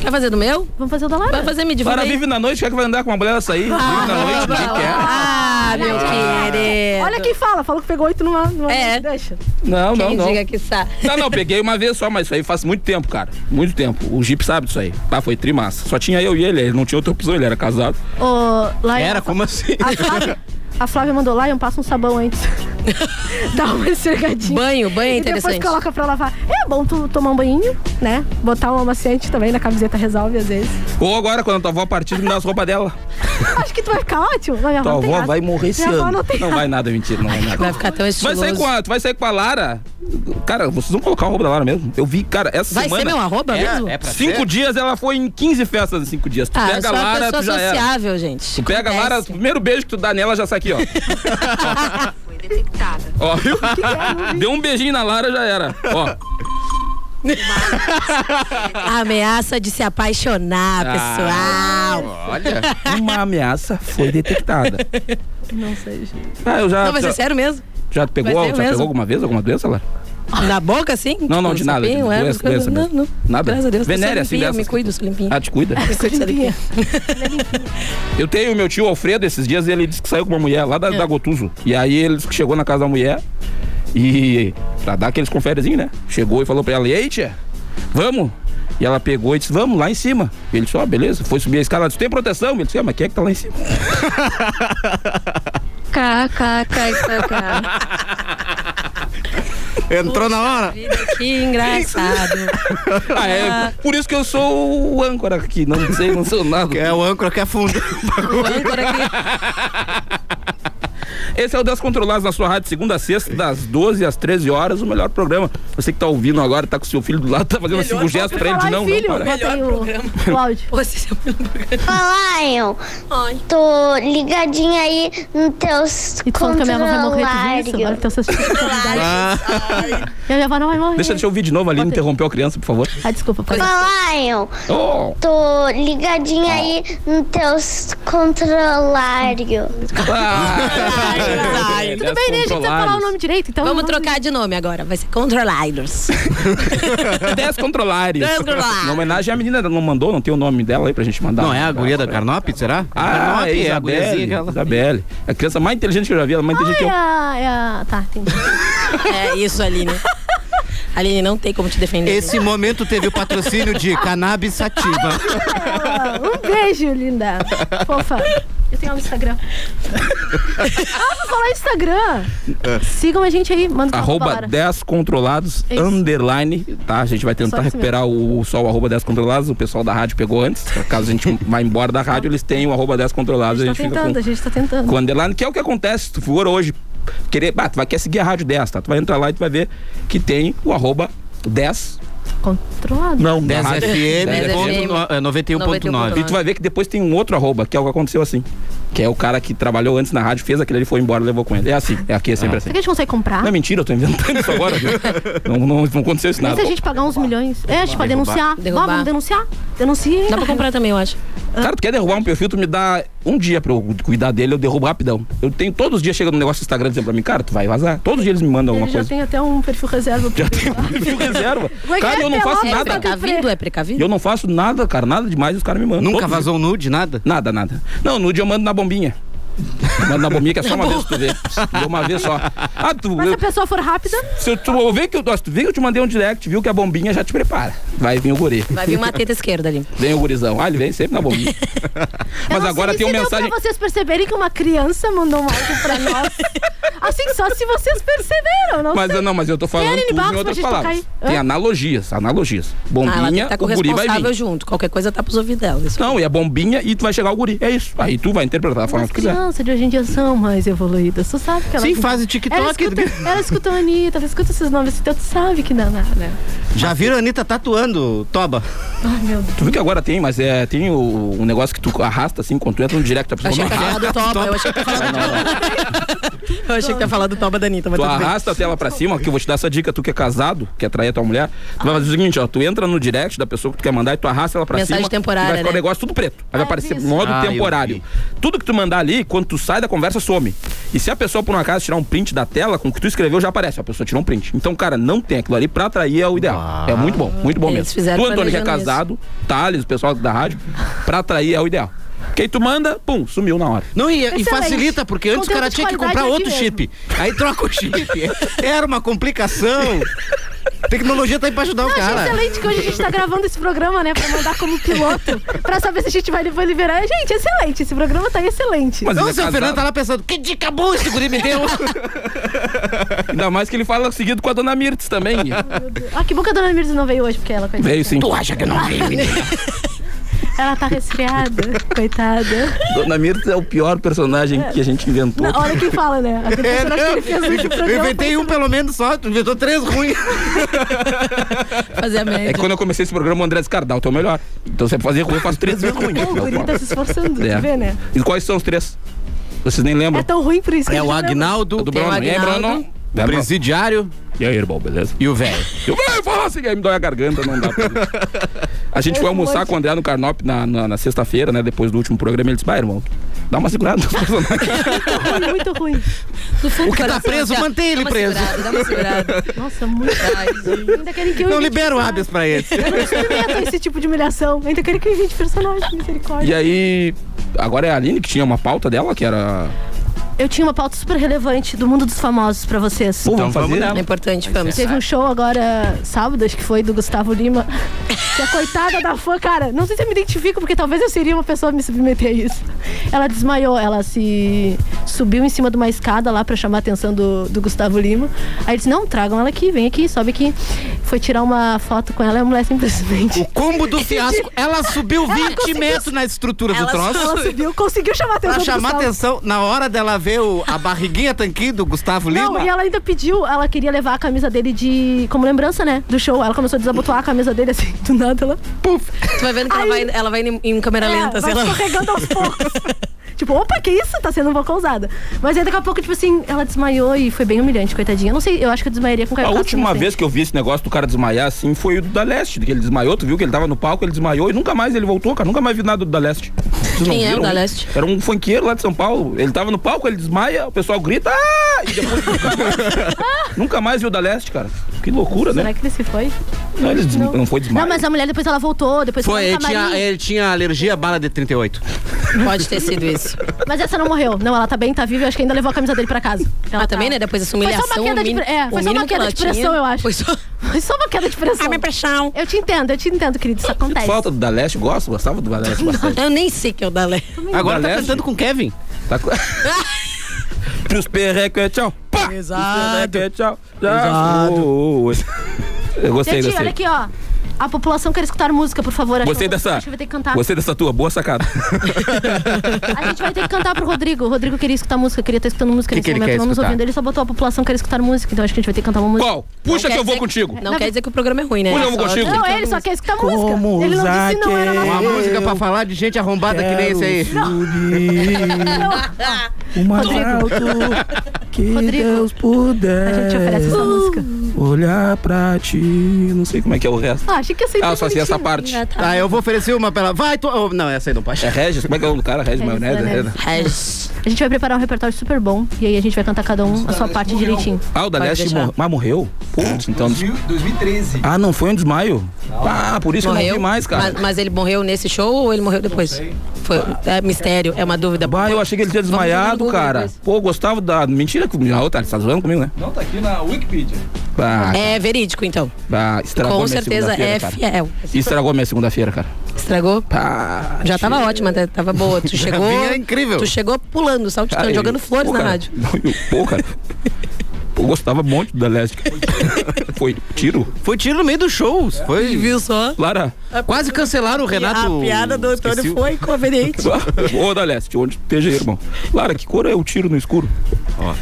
Speaker 4: Quer fazer do meu?
Speaker 7: Vamos fazer o da Lara.
Speaker 4: Vai fazer me divulga
Speaker 5: Para,
Speaker 4: aí.
Speaker 5: vive na noite, quer que vai andar com uma mulher ela sair? vive na noite, ninguém quer.
Speaker 4: Ah, meu querido.
Speaker 7: Olha quem fala, falou que pegou oito numa. numa
Speaker 4: É.
Speaker 7: Deixa.
Speaker 5: Não, não,
Speaker 4: Quem
Speaker 5: não.
Speaker 4: diga que sabe.
Speaker 5: Tá, Não, não, peguei uma vez só, mas isso aí faz muito tempo, cara. Muito tempo. O Jeep sabe disso aí. Tá, foi trimassa. Só tinha eu e ele, ele não tinha outra opção, ele era casado.
Speaker 7: Ô, Lion,
Speaker 5: Era, como assim?
Speaker 7: A Flávia, a Flávia mandou Lion, passa um sabão antes. Dá uma esfregadinha.
Speaker 4: Banho, banho é
Speaker 7: E depois
Speaker 4: interessante.
Speaker 7: coloca pra lavar. É bom tu tomar um banhinho, né? Botar um amaciante também na camiseta resolve às vezes.
Speaker 5: Ou agora, quando a tua avó partir, me dá as roupas dela.
Speaker 7: Acho que tu vai ficar ótimo. Não, minha
Speaker 5: Tua
Speaker 7: não tem
Speaker 5: avó
Speaker 7: graça.
Speaker 5: vai morrer esse
Speaker 7: Minha avó
Speaker 5: ano.
Speaker 7: Não, tem
Speaker 5: Não
Speaker 7: graça.
Speaker 5: vai nada, mentira, não vai nada.
Speaker 4: Vai ficar tão
Speaker 5: Vai
Speaker 4: estiloso.
Speaker 5: sair com a, tu vai sair com a Lara. Cara, vocês vão colocar o arroba da Lara mesmo? Eu vi, cara, essa
Speaker 4: Vai ser
Speaker 5: semana.
Speaker 4: meu arroba
Speaker 5: É,
Speaker 4: mesmo?
Speaker 5: é pra cinco
Speaker 4: ser?
Speaker 5: dias, ela foi em 15 festas em cinco dias. Tu
Speaker 4: Ah, eu
Speaker 5: pega
Speaker 4: sou
Speaker 5: a
Speaker 4: uma
Speaker 5: Lara,
Speaker 4: pessoa
Speaker 5: tu já era.
Speaker 4: sociável, gente.
Speaker 5: Tu pega a Lara, o primeiro beijo que tu dá nela, já sai aqui, ó. Ó, viu?
Speaker 7: é,
Speaker 5: Deu um beijinho na Lara, já era. Ó.
Speaker 4: A ameaça de se apaixonar, Ah, pessoal.
Speaker 5: Ah, olha, uma ameaça foi detectada.
Speaker 7: Não sei, gente.
Speaker 5: Ah, eu já.
Speaker 4: Não, mas
Speaker 5: já,
Speaker 4: é sério mesmo?
Speaker 5: Já pegou,
Speaker 4: Mas é
Speaker 5: já
Speaker 4: mesmo.
Speaker 5: pegou alguma vez alguma doença, Lara?
Speaker 4: Na boca, assim?
Speaker 5: Não, não, de nada, de
Speaker 4: sapinho, é,
Speaker 5: doença,
Speaker 4: essas coisas.
Speaker 5: doença
Speaker 4: não,
Speaker 5: mesmo.
Speaker 4: não.
Speaker 5: Nada?
Speaker 4: Graças a Deus.
Speaker 5: Venere,
Speaker 4: eu
Speaker 5: assim,
Speaker 4: sou limpinha, eu
Speaker 5: dessas
Speaker 4: me cuido, sou limpinha.
Speaker 5: Ah, te cuida?
Speaker 4: Me cuido, sou limpinha.
Speaker 5: Eu tenho meu tio Alfredo, esses dias ele disse que saiu com uma mulher lá da, da Gotuso. E aí ele disse que chegou na casa da mulher e. pra dar aqueles conferezinhos, né? Chegou e falou pra ela: E aí, tia, vamos? E ela pegou e disse: Vamos lá em cima. Ele disse: Ó, beleza. Foi subir a escada, ela disse: Tem proteção? Ele disse: Ah, mas quem é que tá lá em cima?
Speaker 4: KKKKK.
Speaker 6: Entrou na hora.
Speaker 4: Que engraçado.
Speaker 5: Ah, é, por isso que eu sou o âncora aqui, não sei, não sou nada.
Speaker 6: É o âncora que afunda.
Speaker 5: Esse é o Descontrolados na sua rádio, segunda a sexta, das 12 às 13 horas, o melhor programa. Você que tá ouvindo agora, tá com seu filho do lado, tá fazendo assim um gesto
Speaker 4: é
Speaker 5: pra ele de não, não, para.
Speaker 7: o áudio.
Speaker 8: Ô, Lion, tô ligadinha aí no teus
Speaker 7: E tu falando que a minha avó vai morrer, tu viu isso? Agora que tem E a minha avó não vai morrer.
Speaker 5: Ah. Deixa, deixa eu ouvir de novo ali, interrompeu a criança, por favor.
Speaker 7: Ah, desculpa, pode
Speaker 8: Ô,
Speaker 5: Ô.
Speaker 8: Lion, tô ligadinha aí no teus controlário.
Speaker 7: Tudo bem, né? A gente precisa falar o nome direito, então.
Speaker 4: Vamos trocar de nome agora. Vai ser Controllers.
Speaker 5: Descontrolares.
Speaker 4: Descontrolares.
Speaker 5: Na homenagem à menina, ela não mandou, não tem o nome dela aí pra gente mandar.
Speaker 6: Não, é a guria da Carnop, será?
Speaker 5: Ah,
Speaker 6: Carnop,
Speaker 5: é
Speaker 6: é a guriazinha
Speaker 5: Isabelle.
Speaker 6: que ela-
Speaker 5: Isabelle. É a criança mais inteligente que eu já vi, ela é mais inteligente
Speaker 7: Ai,
Speaker 5: que eu.
Speaker 7: a, é a- Tá, entendi.
Speaker 4: É isso, Aline. Aline, não tem como te defender.
Speaker 6: Esse momento teve o patrocínio de Cannabis Sativa.
Speaker 7: Um beijo, linda. Fofa. Eu tem lá no Instagram. ah, vou falar Instagram. Sigam a gente aí, manda um salve pra
Speaker 5: É. Arroba
Speaker 7: Lara.
Speaker 5: 10 controlados,
Speaker 7: É Isso.
Speaker 5: underline, tá? A gente vai
Speaker 7: Só
Speaker 5: tentar
Speaker 7: isso
Speaker 5: recuperar o, só o arroba 10 controlados. O pessoal da rádio pegou antes. Caso a gente vá embora da rádio, eles têm o arroba 10 controlados.
Speaker 7: A
Speaker 5: A
Speaker 7: gente tá
Speaker 5: gente fica
Speaker 7: tentando, a
Speaker 5: com,
Speaker 7: gente tá tentando.
Speaker 5: com underline, que é o que acontece. Se tu for hoje querer, bah, tu vai querer seguir a rádio 10, tá? Tu vai entrar lá e tu vai ver que tem o arroba 10
Speaker 7: Controlado.
Speaker 5: não,
Speaker 6: 10
Speaker 5: na rádio.
Speaker 6: FM,
Speaker 5: 10
Speaker 6: ponto
Speaker 5: FM.
Speaker 6: no- é, 91.9.
Speaker 5: E tu vai ver que depois tem um outro arroba, que é o que aconteceu assim. Que é o cara que trabalhou antes na rádio, fez aquele ali, foi embora, levou com ele. É assim, é aqui, é sempre assim.
Speaker 7: Será que a gente consegue comprar?
Speaker 5: Não é mentira, eu tô inventando isso agora. viu? não, não, não aconteceu isso
Speaker 7: Nem se
Speaker 5: nada.
Speaker 7: a gente pagar uns milhões. É, a gente pode
Speaker 5: Derrubar.
Speaker 7: denunciar.
Speaker 5: Derrubar.
Speaker 7: Vá, vamos denunciar. Denuncia.
Speaker 4: Dá pra comprar também, eu acho.
Speaker 5: Cara, tu quer derrubar um perfil, tu me dá um dia pra eu cuidar dele, eu derrubo rapidão. Eu tenho todos os dias chegando um negócio do Instagram dizendo pra mim, cara, tu vai vazar. Todos os dias eles me mandam
Speaker 7: Ele
Speaker 5: alguma
Speaker 7: já
Speaker 5: coisa.
Speaker 7: tem até um perfil reserva. Já tem
Speaker 5: Perfil reserva.
Speaker 7: Como é que
Speaker 5: Cara,
Speaker 7: é?
Speaker 5: eu não
Speaker 7: Pelota,
Speaker 5: faço
Speaker 4: É
Speaker 5: nada.
Speaker 4: precavido, é precavido?
Speaker 5: Eu não faço nada, cara, nada demais, os caras me mandam.
Speaker 6: Nunca
Speaker 5: Todos
Speaker 6: vazou um nude, nada?
Speaker 5: Nada, nada. Não, nude eu mando na bombinha. Eu Mando na bombinha que é só uma vez que tu vê. Deu uma vez só. Ah, tu,
Speaker 7: Mas se
Speaker 5: eu-
Speaker 7: a pessoa for rápida,
Speaker 5: se tu vê que eu, se tu vê que eu te mandei um direct, viu que a bombinha já te prepara. Vai vir o guri.
Speaker 4: Vai vir uma teta esquerda ali.
Speaker 5: Vem o gurizão. Ah, ele vem sempre na bombinha. Mas agora tem
Speaker 7: se
Speaker 5: uma
Speaker 7: deu
Speaker 5: mensagem.
Speaker 7: pra vocês perceberem que uma criança mandou um áudio pra nós. Assim, só se vocês perceberam, não
Speaker 5: Mas
Speaker 7: sei.
Speaker 5: eu não, mas eu tô falando
Speaker 7: Aline
Speaker 5: tudo
Speaker 7: Barros
Speaker 5: em
Speaker 7: pra
Speaker 5: outras
Speaker 7: gente tocar
Speaker 5: palavras.
Speaker 7: aí?
Speaker 5: Tem
Speaker 7: Hã?
Speaker 5: analogias, analogias.
Speaker 4: ah, ela tem
Speaker 5: Bombinha,
Speaker 4: que tá com
Speaker 5: o
Speaker 4: o
Speaker 5: guri vai
Speaker 4: responsável
Speaker 5: vir.
Speaker 4: junto. Qualquer coisa tá pros ouvidos dela. Isso.
Speaker 5: Não, e a bombinha e tu vai chegar o guri. É isso. Aí tu vai interpretar da forma que tu quiser.
Speaker 7: Crianças de hoje em dia são mais evoluídas. Tu sabe que elas.
Speaker 6: Sim, fazem TikTok.
Speaker 7: Elas escutam, elas escutam a Anitta, elas escutam esses nomes assim, então tu sabe que não, né?
Speaker 6: Já viram a Anitta tatuando, Toba?
Speaker 7: Ai, meu Deus.
Speaker 5: Tu viu que agora tem, mas é, tem o, um negócio que tu arrasta assim quando tu entra no direct da pessoa.
Speaker 4: Achei que
Speaker 5: Como
Speaker 4: ia
Speaker 5: é
Speaker 4: falar
Speaker 5: que
Speaker 4: do
Speaker 5: é?
Speaker 4: Toba. Eu achei que ia falar do Toba. Eu achei que ia falar do Toba da Anitta, mas
Speaker 5: Tu
Speaker 4: tudo bem.
Speaker 5: arrasta a tela pra cima, que eu vou te dar essa dica, tu que é casado, quer trair a tua mulher, tu vai fazer o seguinte, ó, tu entra no direct da pessoa que tu quer mandar e tu arrasta ela pra
Speaker 4: Mensagem
Speaker 5: cima.
Speaker 4: temporária,
Speaker 5: e Vai ficar o
Speaker 4: né?
Speaker 5: negócio tudo preto. Aí vai aparecer
Speaker 4: isso.
Speaker 5: modo
Speaker 6: Ah, eu
Speaker 5: temporário.
Speaker 6: vi.
Speaker 5: Tudo que tu mandar ali, quando tu sai da conversa, some. E se a pessoa, por um acaso, tirar um print da tela com o que tu escreveu, já aparece. A pessoa tirou um print. Então, cara, não tem aquilo ali pra atrair é o ideal. É muito bom, muito bom
Speaker 4: Ah, Eles
Speaker 5: mesmo.
Speaker 4: fizeram
Speaker 5: Tu, Antônio, que é
Speaker 4: planejando isso.
Speaker 5: casado, Thales, o pessoal da rádio, pra atrair é o ideal. Porque aí tu manda, pum, sumiu na hora.
Speaker 6: Não, e, e
Speaker 5: Excelente.
Speaker 6: facilita, porque antes o
Speaker 5: Conteúdo
Speaker 6: cara
Speaker 5: de
Speaker 6: tinha que
Speaker 5: qualidade é
Speaker 6: comprar
Speaker 5: aqui
Speaker 6: outro
Speaker 5: mesmo.
Speaker 6: chip. Aí troca o chip. Era uma complicação. Tecnologia tá aí pra ajudar
Speaker 7: Não,
Speaker 6: o
Speaker 7: achei
Speaker 6: cara.
Speaker 7: excelente que hoje a gente tá gravando esse programa, né? Pra mandar como piloto, pra saber se a gente vai depois liberar. Gente, excelente, esse programa tá excelente.
Speaker 5: Mas
Speaker 6: Então,
Speaker 5: ele é
Speaker 6: o seu
Speaker 5: casado.
Speaker 6: Fernando tá lá pensando, que dica boa esse guri me deu.
Speaker 5: Ainda mais que ele fala seguido com a dona Mirtz também.
Speaker 7: Ah, que bom que a dona Mirza não veio hoje, porque ela, coitada.
Speaker 5: Veio sim. Tu acha que não veio, né?
Speaker 7: Ela tá resfriada, coitada.
Speaker 5: Dona Mirta é o pior personagem que a gente inventou.
Speaker 7: Não, olha quem fala, né?
Speaker 6: É,
Speaker 7: A professora que ele fez
Speaker 6: não,
Speaker 7: hoje no
Speaker 6: eu
Speaker 7: programa.
Speaker 6: inventei um pelo menos só, tu inventou três ruins.
Speaker 4: Fazer a
Speaker 5: É
Speaker 4: média.
Speaker 5: que quando eu comecei esse programa, o André disse, cara, dá o teu melhor. Então você fazer ruim, eu faço três vezes ruim.
Speaker 7: O guri tá se esforçando, tu
Speaker 5: É.
Speaker 7: vê, né?
Speaker 5: E quais são os três? Vocês nem lembram?
Speaker 7: É tão ruim por isso que
Speaker 6: É
Speaker 7: a
Speaker 6: o
Speaker 7: gente lembra.
Speaker 6: Agnaldo,
Speaker 5: É do Bruno. E aí, Bruno?
Speaker 6: o presidiário
Speaker 5: E aí, irmão, beleza?
Speaker 6: e o velho.
Speaker 5: Eu vou falar assim, aí me dói a garganta, não dá pra... A gente foi almoçar com o André no Carnop na, na, na sexta-feira, né? Depois do último programa, ele disse, vai, irmão, dá uma segurada nos personagens.
Speaker 7: Foi muito ruim.
Speaker 4: Do fundo
Speaker 6: O que
Speaker 4: do
Speaker 6: tá
Speaker 4: coração,
Speaker 6: preso,
Speaker 4: assim, ó,
Speaker 6: mantém ele
Speaker 4: dá uma
Speaker 6: preso.
Speaker 4: segurada, Dá uma segurada.
Speaker 7: Nossa, muito. Ainda querem que eu
Speaker 6: Não
Speaker 7: invente-
Speaker 6: libera o hábitos pra ele.
Speaker 7: Eu não experimento esse tipo de humilhação. Ainda querem que eu invente personagem, misericórdia.
Speaker 5: E aí, agora é a Aline que tinha uma pauta dela, que era...
Speaker 7: Eu tinha uma pauta super relevante do mundo dos famosos pra vocês.
Speaker 5: Pô, vamos Então vamos fazer? nela.
Speaker 4: É importante, vamos.
Speaker 7: Teve um show agora, sábado, acho que foi, do Gustavo Lima. Que a coitada da fã, cara, não sei se eu me identifico, porque talvez eu seria uma pessoa a me submeter a isso. Ela desmaiou, ela se subiu em cima de uma escada lá pra chamar a atenção do, do Gustavo Lima. Aí disse: Não, tragam ela aqui, vem aqui, sobe aqui. Foi tirar uma foto com ela e a mulher simplesmente.
Speaker 6: O combo do fiasco, ela subiu
Speaker 7: Ela
Speaker 6: 20
Speaker 7: conseguiu-
Speaker 6: metros na estrutura do
Speaker 7: Ela
Speaker 6: troço.
Speaker 7: ela subiu, conseguiu chamar a atenção
Speaker 6: Pra
Speaker 7: do
Speaker 6: chamar
Speaker 7: Gustavo.
Speaker 6: atenção, na hora dela ver o- a barriguinha tanquinho do Gustavo Lima.
Speaker 7: Não, e ela ainda pediu, ela queria levar a camisa dele de. como lembrança, né? Do show. Ela começou a desabotoar a camisa dele assim, do nada ela. Puf!
Speaker 4: Tu vai vendo que ela vai, ela vai em, em câmera lenta,
Speaker 7: É, vai
Speaker 4: sei lá.
Speaker 7: escorregando aos poucos. Tipo, opa, que isso? Tá sendo um pouco ousada. Mas aí daqui a pouco, tipo assim, ela desmaiou e foi bem humilhante, coitadinha. Eu não sei, eu acho que eu desmaiaria com o
Speaker 5: A
Speaker 7: Caio Castro,
Speaker 5: última
Speaker 7: não sei.
Speaker 5: vez que eu vi esse negócio do cara desmaiar assim foi o do da Leste, que ele desmaiou, tu viu que ele tava no palco, ele desmaiou e nunca mais ele voltou, cara, nunca mais vi nada do da Leste. Vocês não
Speaker 4: Quem é o
Speaker 5: viram?
Speaker 4: Da Leste?
Speaker 5: Era um funkeiro lá de São Paulo, ele tava no palco, ele desmaia, o pessoal grita, ah! E depois nunca mais, nunca mais viu o da Leste, cara. Que loucura,
Speaker 7: Será
Speaker 5: né?
Speaker 7: que ele se foi?
Speaker 5: Não, ele des- não foi desmaio.
Speaker 7: Não, mas a mulher depois ela voltou, depois
Speaker 6: Foi,
Speaker 4: é,
Speaker 7: ela
Speaker 6: ele
Speaker 7: nunca mais-
Speaker 6: tinha, ele tinha alergia à bala de 38.
Speaker 4: Pode ter sido isso.
Speaker 7: Mas essa não morreu. Não, ela tá bem, tá viva. Eu acho que ainda levou a camisa dele pra casa. Ela tá.
Speaker 4: Ah, também, né? Depois dessa humilhação.
Speaker 7: Foi só uma queda
Speaker 4: o
Speaker 7: de,
Speaker 4: mini-
Speaker 7: pre- é,
Speaker 4: o
Speaker 7: foi só uma
Speaker 4: mínimo que
Speaker 7: queda
Speaker 4: ela
Speaker 7: de pressão,
Speaker 4: tinha.
Speaker 7: eu acho. Foi só... uma queda de pressão.
Speaker 4: Ah, minha pressão.
Speaker 7: Eu te entendo, eu te entendo, querido. Isso acontece.
Speaker 5: Falta do da Leste, gosto, gostava do da Leste bastante.
Speaker 4: Eu nem sei que é o da Lé.
Speaker 5: Agora tá cantando
Speaker 6: com o Kevin.
Speaker 5: Tá com... Pros perreco é tchau. Pá! Exato. né? tchau. Já foi. Eu gostei,
Speaker 7: Gente,
Speaker 5: gostei.
Speaker 7: olha aqui, ó. A população quer escutar música, por favor. acho
Speaker 5: Gostei
Speaker 7: que eu-
Speaker 5: dessa.
Speaker 7: Acho que eu vou ter que cantar.
Speaker 5: Gostei dessa tua, boa sacada.
Speaker 7: A gente vai ter que cantar pro Rodrigo. O Rodrigo queria escutar música, queria estar escutando música
Speaker 5: Que
Speaker 7: nesse
Speaker 5: que ele
Speaker 7: momento.
Speaker 5: quer
Speaker 7: não nos
Speaker 5: escutar?
Speaker 7: ouvindo. Ele só botou a população quer escutar música, então acho que a gente vai ter que cantar uma música.
Speaker 5: Qual? Puxa que eu vou contigo.
Speaker 4: Não quer dizer que o programa é ruim, né?
Speaker 5: Puxa, eu vou
Speaker 4: Só
Speaker 5: contigo.
Speaker 4: tem que
Speaker 7: Não,
Speaker 4: ter
Speaker 7: ele
Speaker 4: alguns-
Speaker 7: só quer escutar música. Ele não disse não era nossa
Speaker 6: Uma
Speaker 7: música.
Speaker 6: música pra falar de gente arrombada que nem esse aí.
Speaker 7: Não. Rodrigo.
Speaker 5: que
Speaker 7: Rodrigo.
Speaker 5: Deus puder.
Speaker 7: A gente oferece
Speaker 6: Uh,
Speaker 7: essa música.
Speaker 5: Olhar pra ti. Não sei como é que é o resto.
Speaker 7: Ah, achei que ia ser
Speaker 5: Ah, eu só sei essa parte.
Speaker 7: Ah,
Speaker 6: Tá, eu vou oferecer uma pra ela. Vai, tu... oh, não, essa aí não pode.
Speaker 5: É Regis? Como é que é o cara? Regis, Maionese?
Speaker 7: Maionese.
Speaker 4: Regis.
Speaker 7: né? A gente vai preparar um repertório super bom e aí a gente vai cantar cada um a sua parte direitinho.
Speaker 5: Ah, o da Leste morreu. Mas morreu? Putz, então.
Speaker 10: 2013.
Speaker 5: Ah, não foi um desmaio? Ah, por isso que eu não vi mais, cara.
Speaker 4: Mas, mas ele morreu nesse show ou ele morreu depois? Foi, é mistério, é uma dúvida.
Speaker 5: Bah, eu achei que ele tinha desmaiado,
Speaker 4: Google
Speaker 5: cara.
Speaker 4: depois.
Speaker 5: Pô, eu gostava da. Mentira que. Ah, ô, tá, você tá zoando comigo, né?
Speaker 10: Não, tá aqui na Wikipedia.
Speaker 5: Bah,
Speaker 4: É verídico, então.
Speaker 5: bah, estragou
Speaker 4: Com
Speaker 5: minha
Speaker 4: certeza
Speaker 5: segunda-feira,
Speaker 4: é
Speaker 5: cara.
Speaker 4: fiel.
Speaker 5: Estragou minha segunda-feira, cara.
Speaker 4: Estragou? Já tava ótima, tá- tava boa. Tu chegou.
Speaker 5: vinha incrível.
Speaker 4: Tu chegou pulando, saltitando,
Speaker 5: Cara, eu-
Speaker 4: jogando flores
Speaker 5: pô,
Speaker 4: na
Speaker 5: cara,
Speaker 4: rádio.
Speaker 5: Pô, cara. Eu gostava muito da Leste. Foi tiro? É.
Speaker 6: Foi tiro no meio do show. Foi.
Speaker 4: Viu só?
Speaker 5: Lara.
Speaker 6: Quase cancelaram o Renato.
Speaker 4: A piada do Antônio
Speaker 6: Esqueci o-
Speaker 4: foi conveniente.
Speaker 5: Ô, da Leste, onde esteja aí, irmão. Lara, que cor é o tiro no escuro? Ó.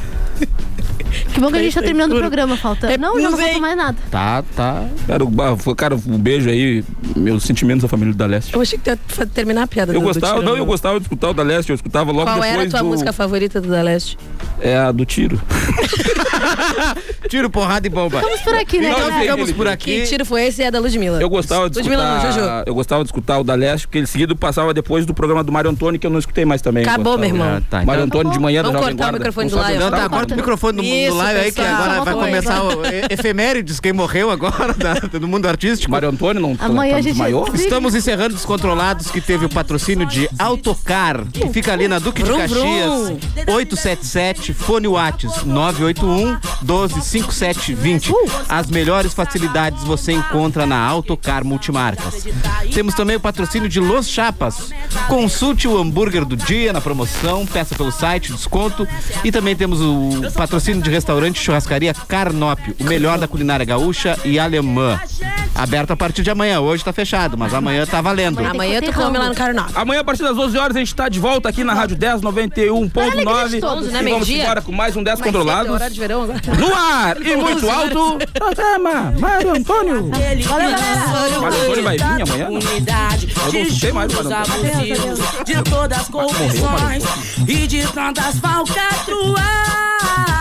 Speaker 7: Que bom que a gente tá terminando o
Speaker 4: Leitura.
Speaker 7: programa,
Speaker 5: É,
Speaker 7: falta. Não, eu não falta mais nada.
Speaker 6: Tá, tá.
Speaker 5: Cara, o bah, foi- cara, um beijo aí. Meus sentimentos à família do da Leste.
Speaker 4: Eu achei que tu ia fa- terminar a piada. do-
Speaker 5: Eu
Speaker 4: do
Speaker 5: gostava,
Speaker 4: tiro.
Speaker 5: não, eu gostava de escutar o da Leste, eu escutava logo
Speaker 4: Qual
Speaker 5: depois
Speaker 4: era a tua
Speaker 5: do...
Speaker 4: música favorita do Da Leste?
Speaker 5: É a do tiro.
Speaker 6: tiro, porrada e bomba.
Speaker 4: Ficamos por aqui, né,
Speaker 5: Então,
Speaker 4: galera?
Speaker 5: ficamos por aqui.
Speaker 4: Que tiro foi esse? É da Ludmilla.
Speaker 5: Eu gostava de
Speaker 4: Ludmilla não, Juju.
Speaker 5: escutar, eu gostava de escutar o da Leste, porque ele seguido passava depois do programa do Mário Antônio, que eu não escutei mais também. Eu
Speaker 4: Acabou,
Speaker 5: gostava.
Speaker 4: meu irmão.
Speaker 5: Ah, tá, Mário
Speaker 6: então-
Speaker 5: Antônio de manhã da
Speaker 4: Vamos cortar
Speaker 5: Jovem
Speaker 4: o
Speaker 5: Guarda.
Speaker 4: microfone do
Speaker 5: Não sabe
Speaker 4: Lion.
Speaker 5: o
Speaker 6: Tá,
Speaker 5: nome.
Speaker 6: corta o microfone do, do
Speaker 4: Isso,
Speaker 6: live aí, que
Speaker 4: pessoal.
Speaker 6: agora vai
Speaker 4: Foi.
Speaker 6: começar o e- efemérides, quem morreu agora da- do mundo artístico.
Speaker 5: Mário Antônio não
Speaker 7: Amanhã tá- a gente- desmaiou?
Speaker 6: Estamos encerrando Descontrolados, que teve o patrocínio de Autocar, que fica ali na Duque de
Speaker 4: Vrum,
Speaker 6: Caxias,
Speaker 4: vrum.
Speaker 6: 877, fone Whats, 981 12 5720. As melhores facilidades você encontra na Autocar Multimarcas. Temos também o patrocínio de Los Chapas. Consulte o hambúrguer do dia na promoção, peça pelo site, desconto. E também temos o patrocínio de restaurante e Churrascaria Carnópio, o melhor da culinária gaúcha e alemã. Aberto a partir de amanhã. Hoje tá fechado, mas amanhã tá valendo.
Speaker 4: Amanhã tu come lá no Carnaval.
Speaker 5: Amanhã, a partir das 12 horas, a gente tá de volta aqui na Rádio 10, 91.9.
Speaker 4: de todos, Tá né?
Speaker 5: E vamos
Speaker 4: Meio-dia.
Speaker 5: embora com mais um 10
Speaker 4: Mais cedo,
Speaker 5: Controlados.
Speaker 4: horário de verão né? agora.
Speaker 5: No ar e muito
Speaker 4: 11
Speaker 5: alto. Programa Mário Antônio.
Speaker 13: Valeu, galera.
Speaker 5: Mário Antônio vai vir amanhã? não? Eu não escutei mais o Mário Antônio.
Speaker 13: abusivos, de todas as
Speaker 5: Morreu, Mário
Speaker 13: confissões e de tantas falcatruas.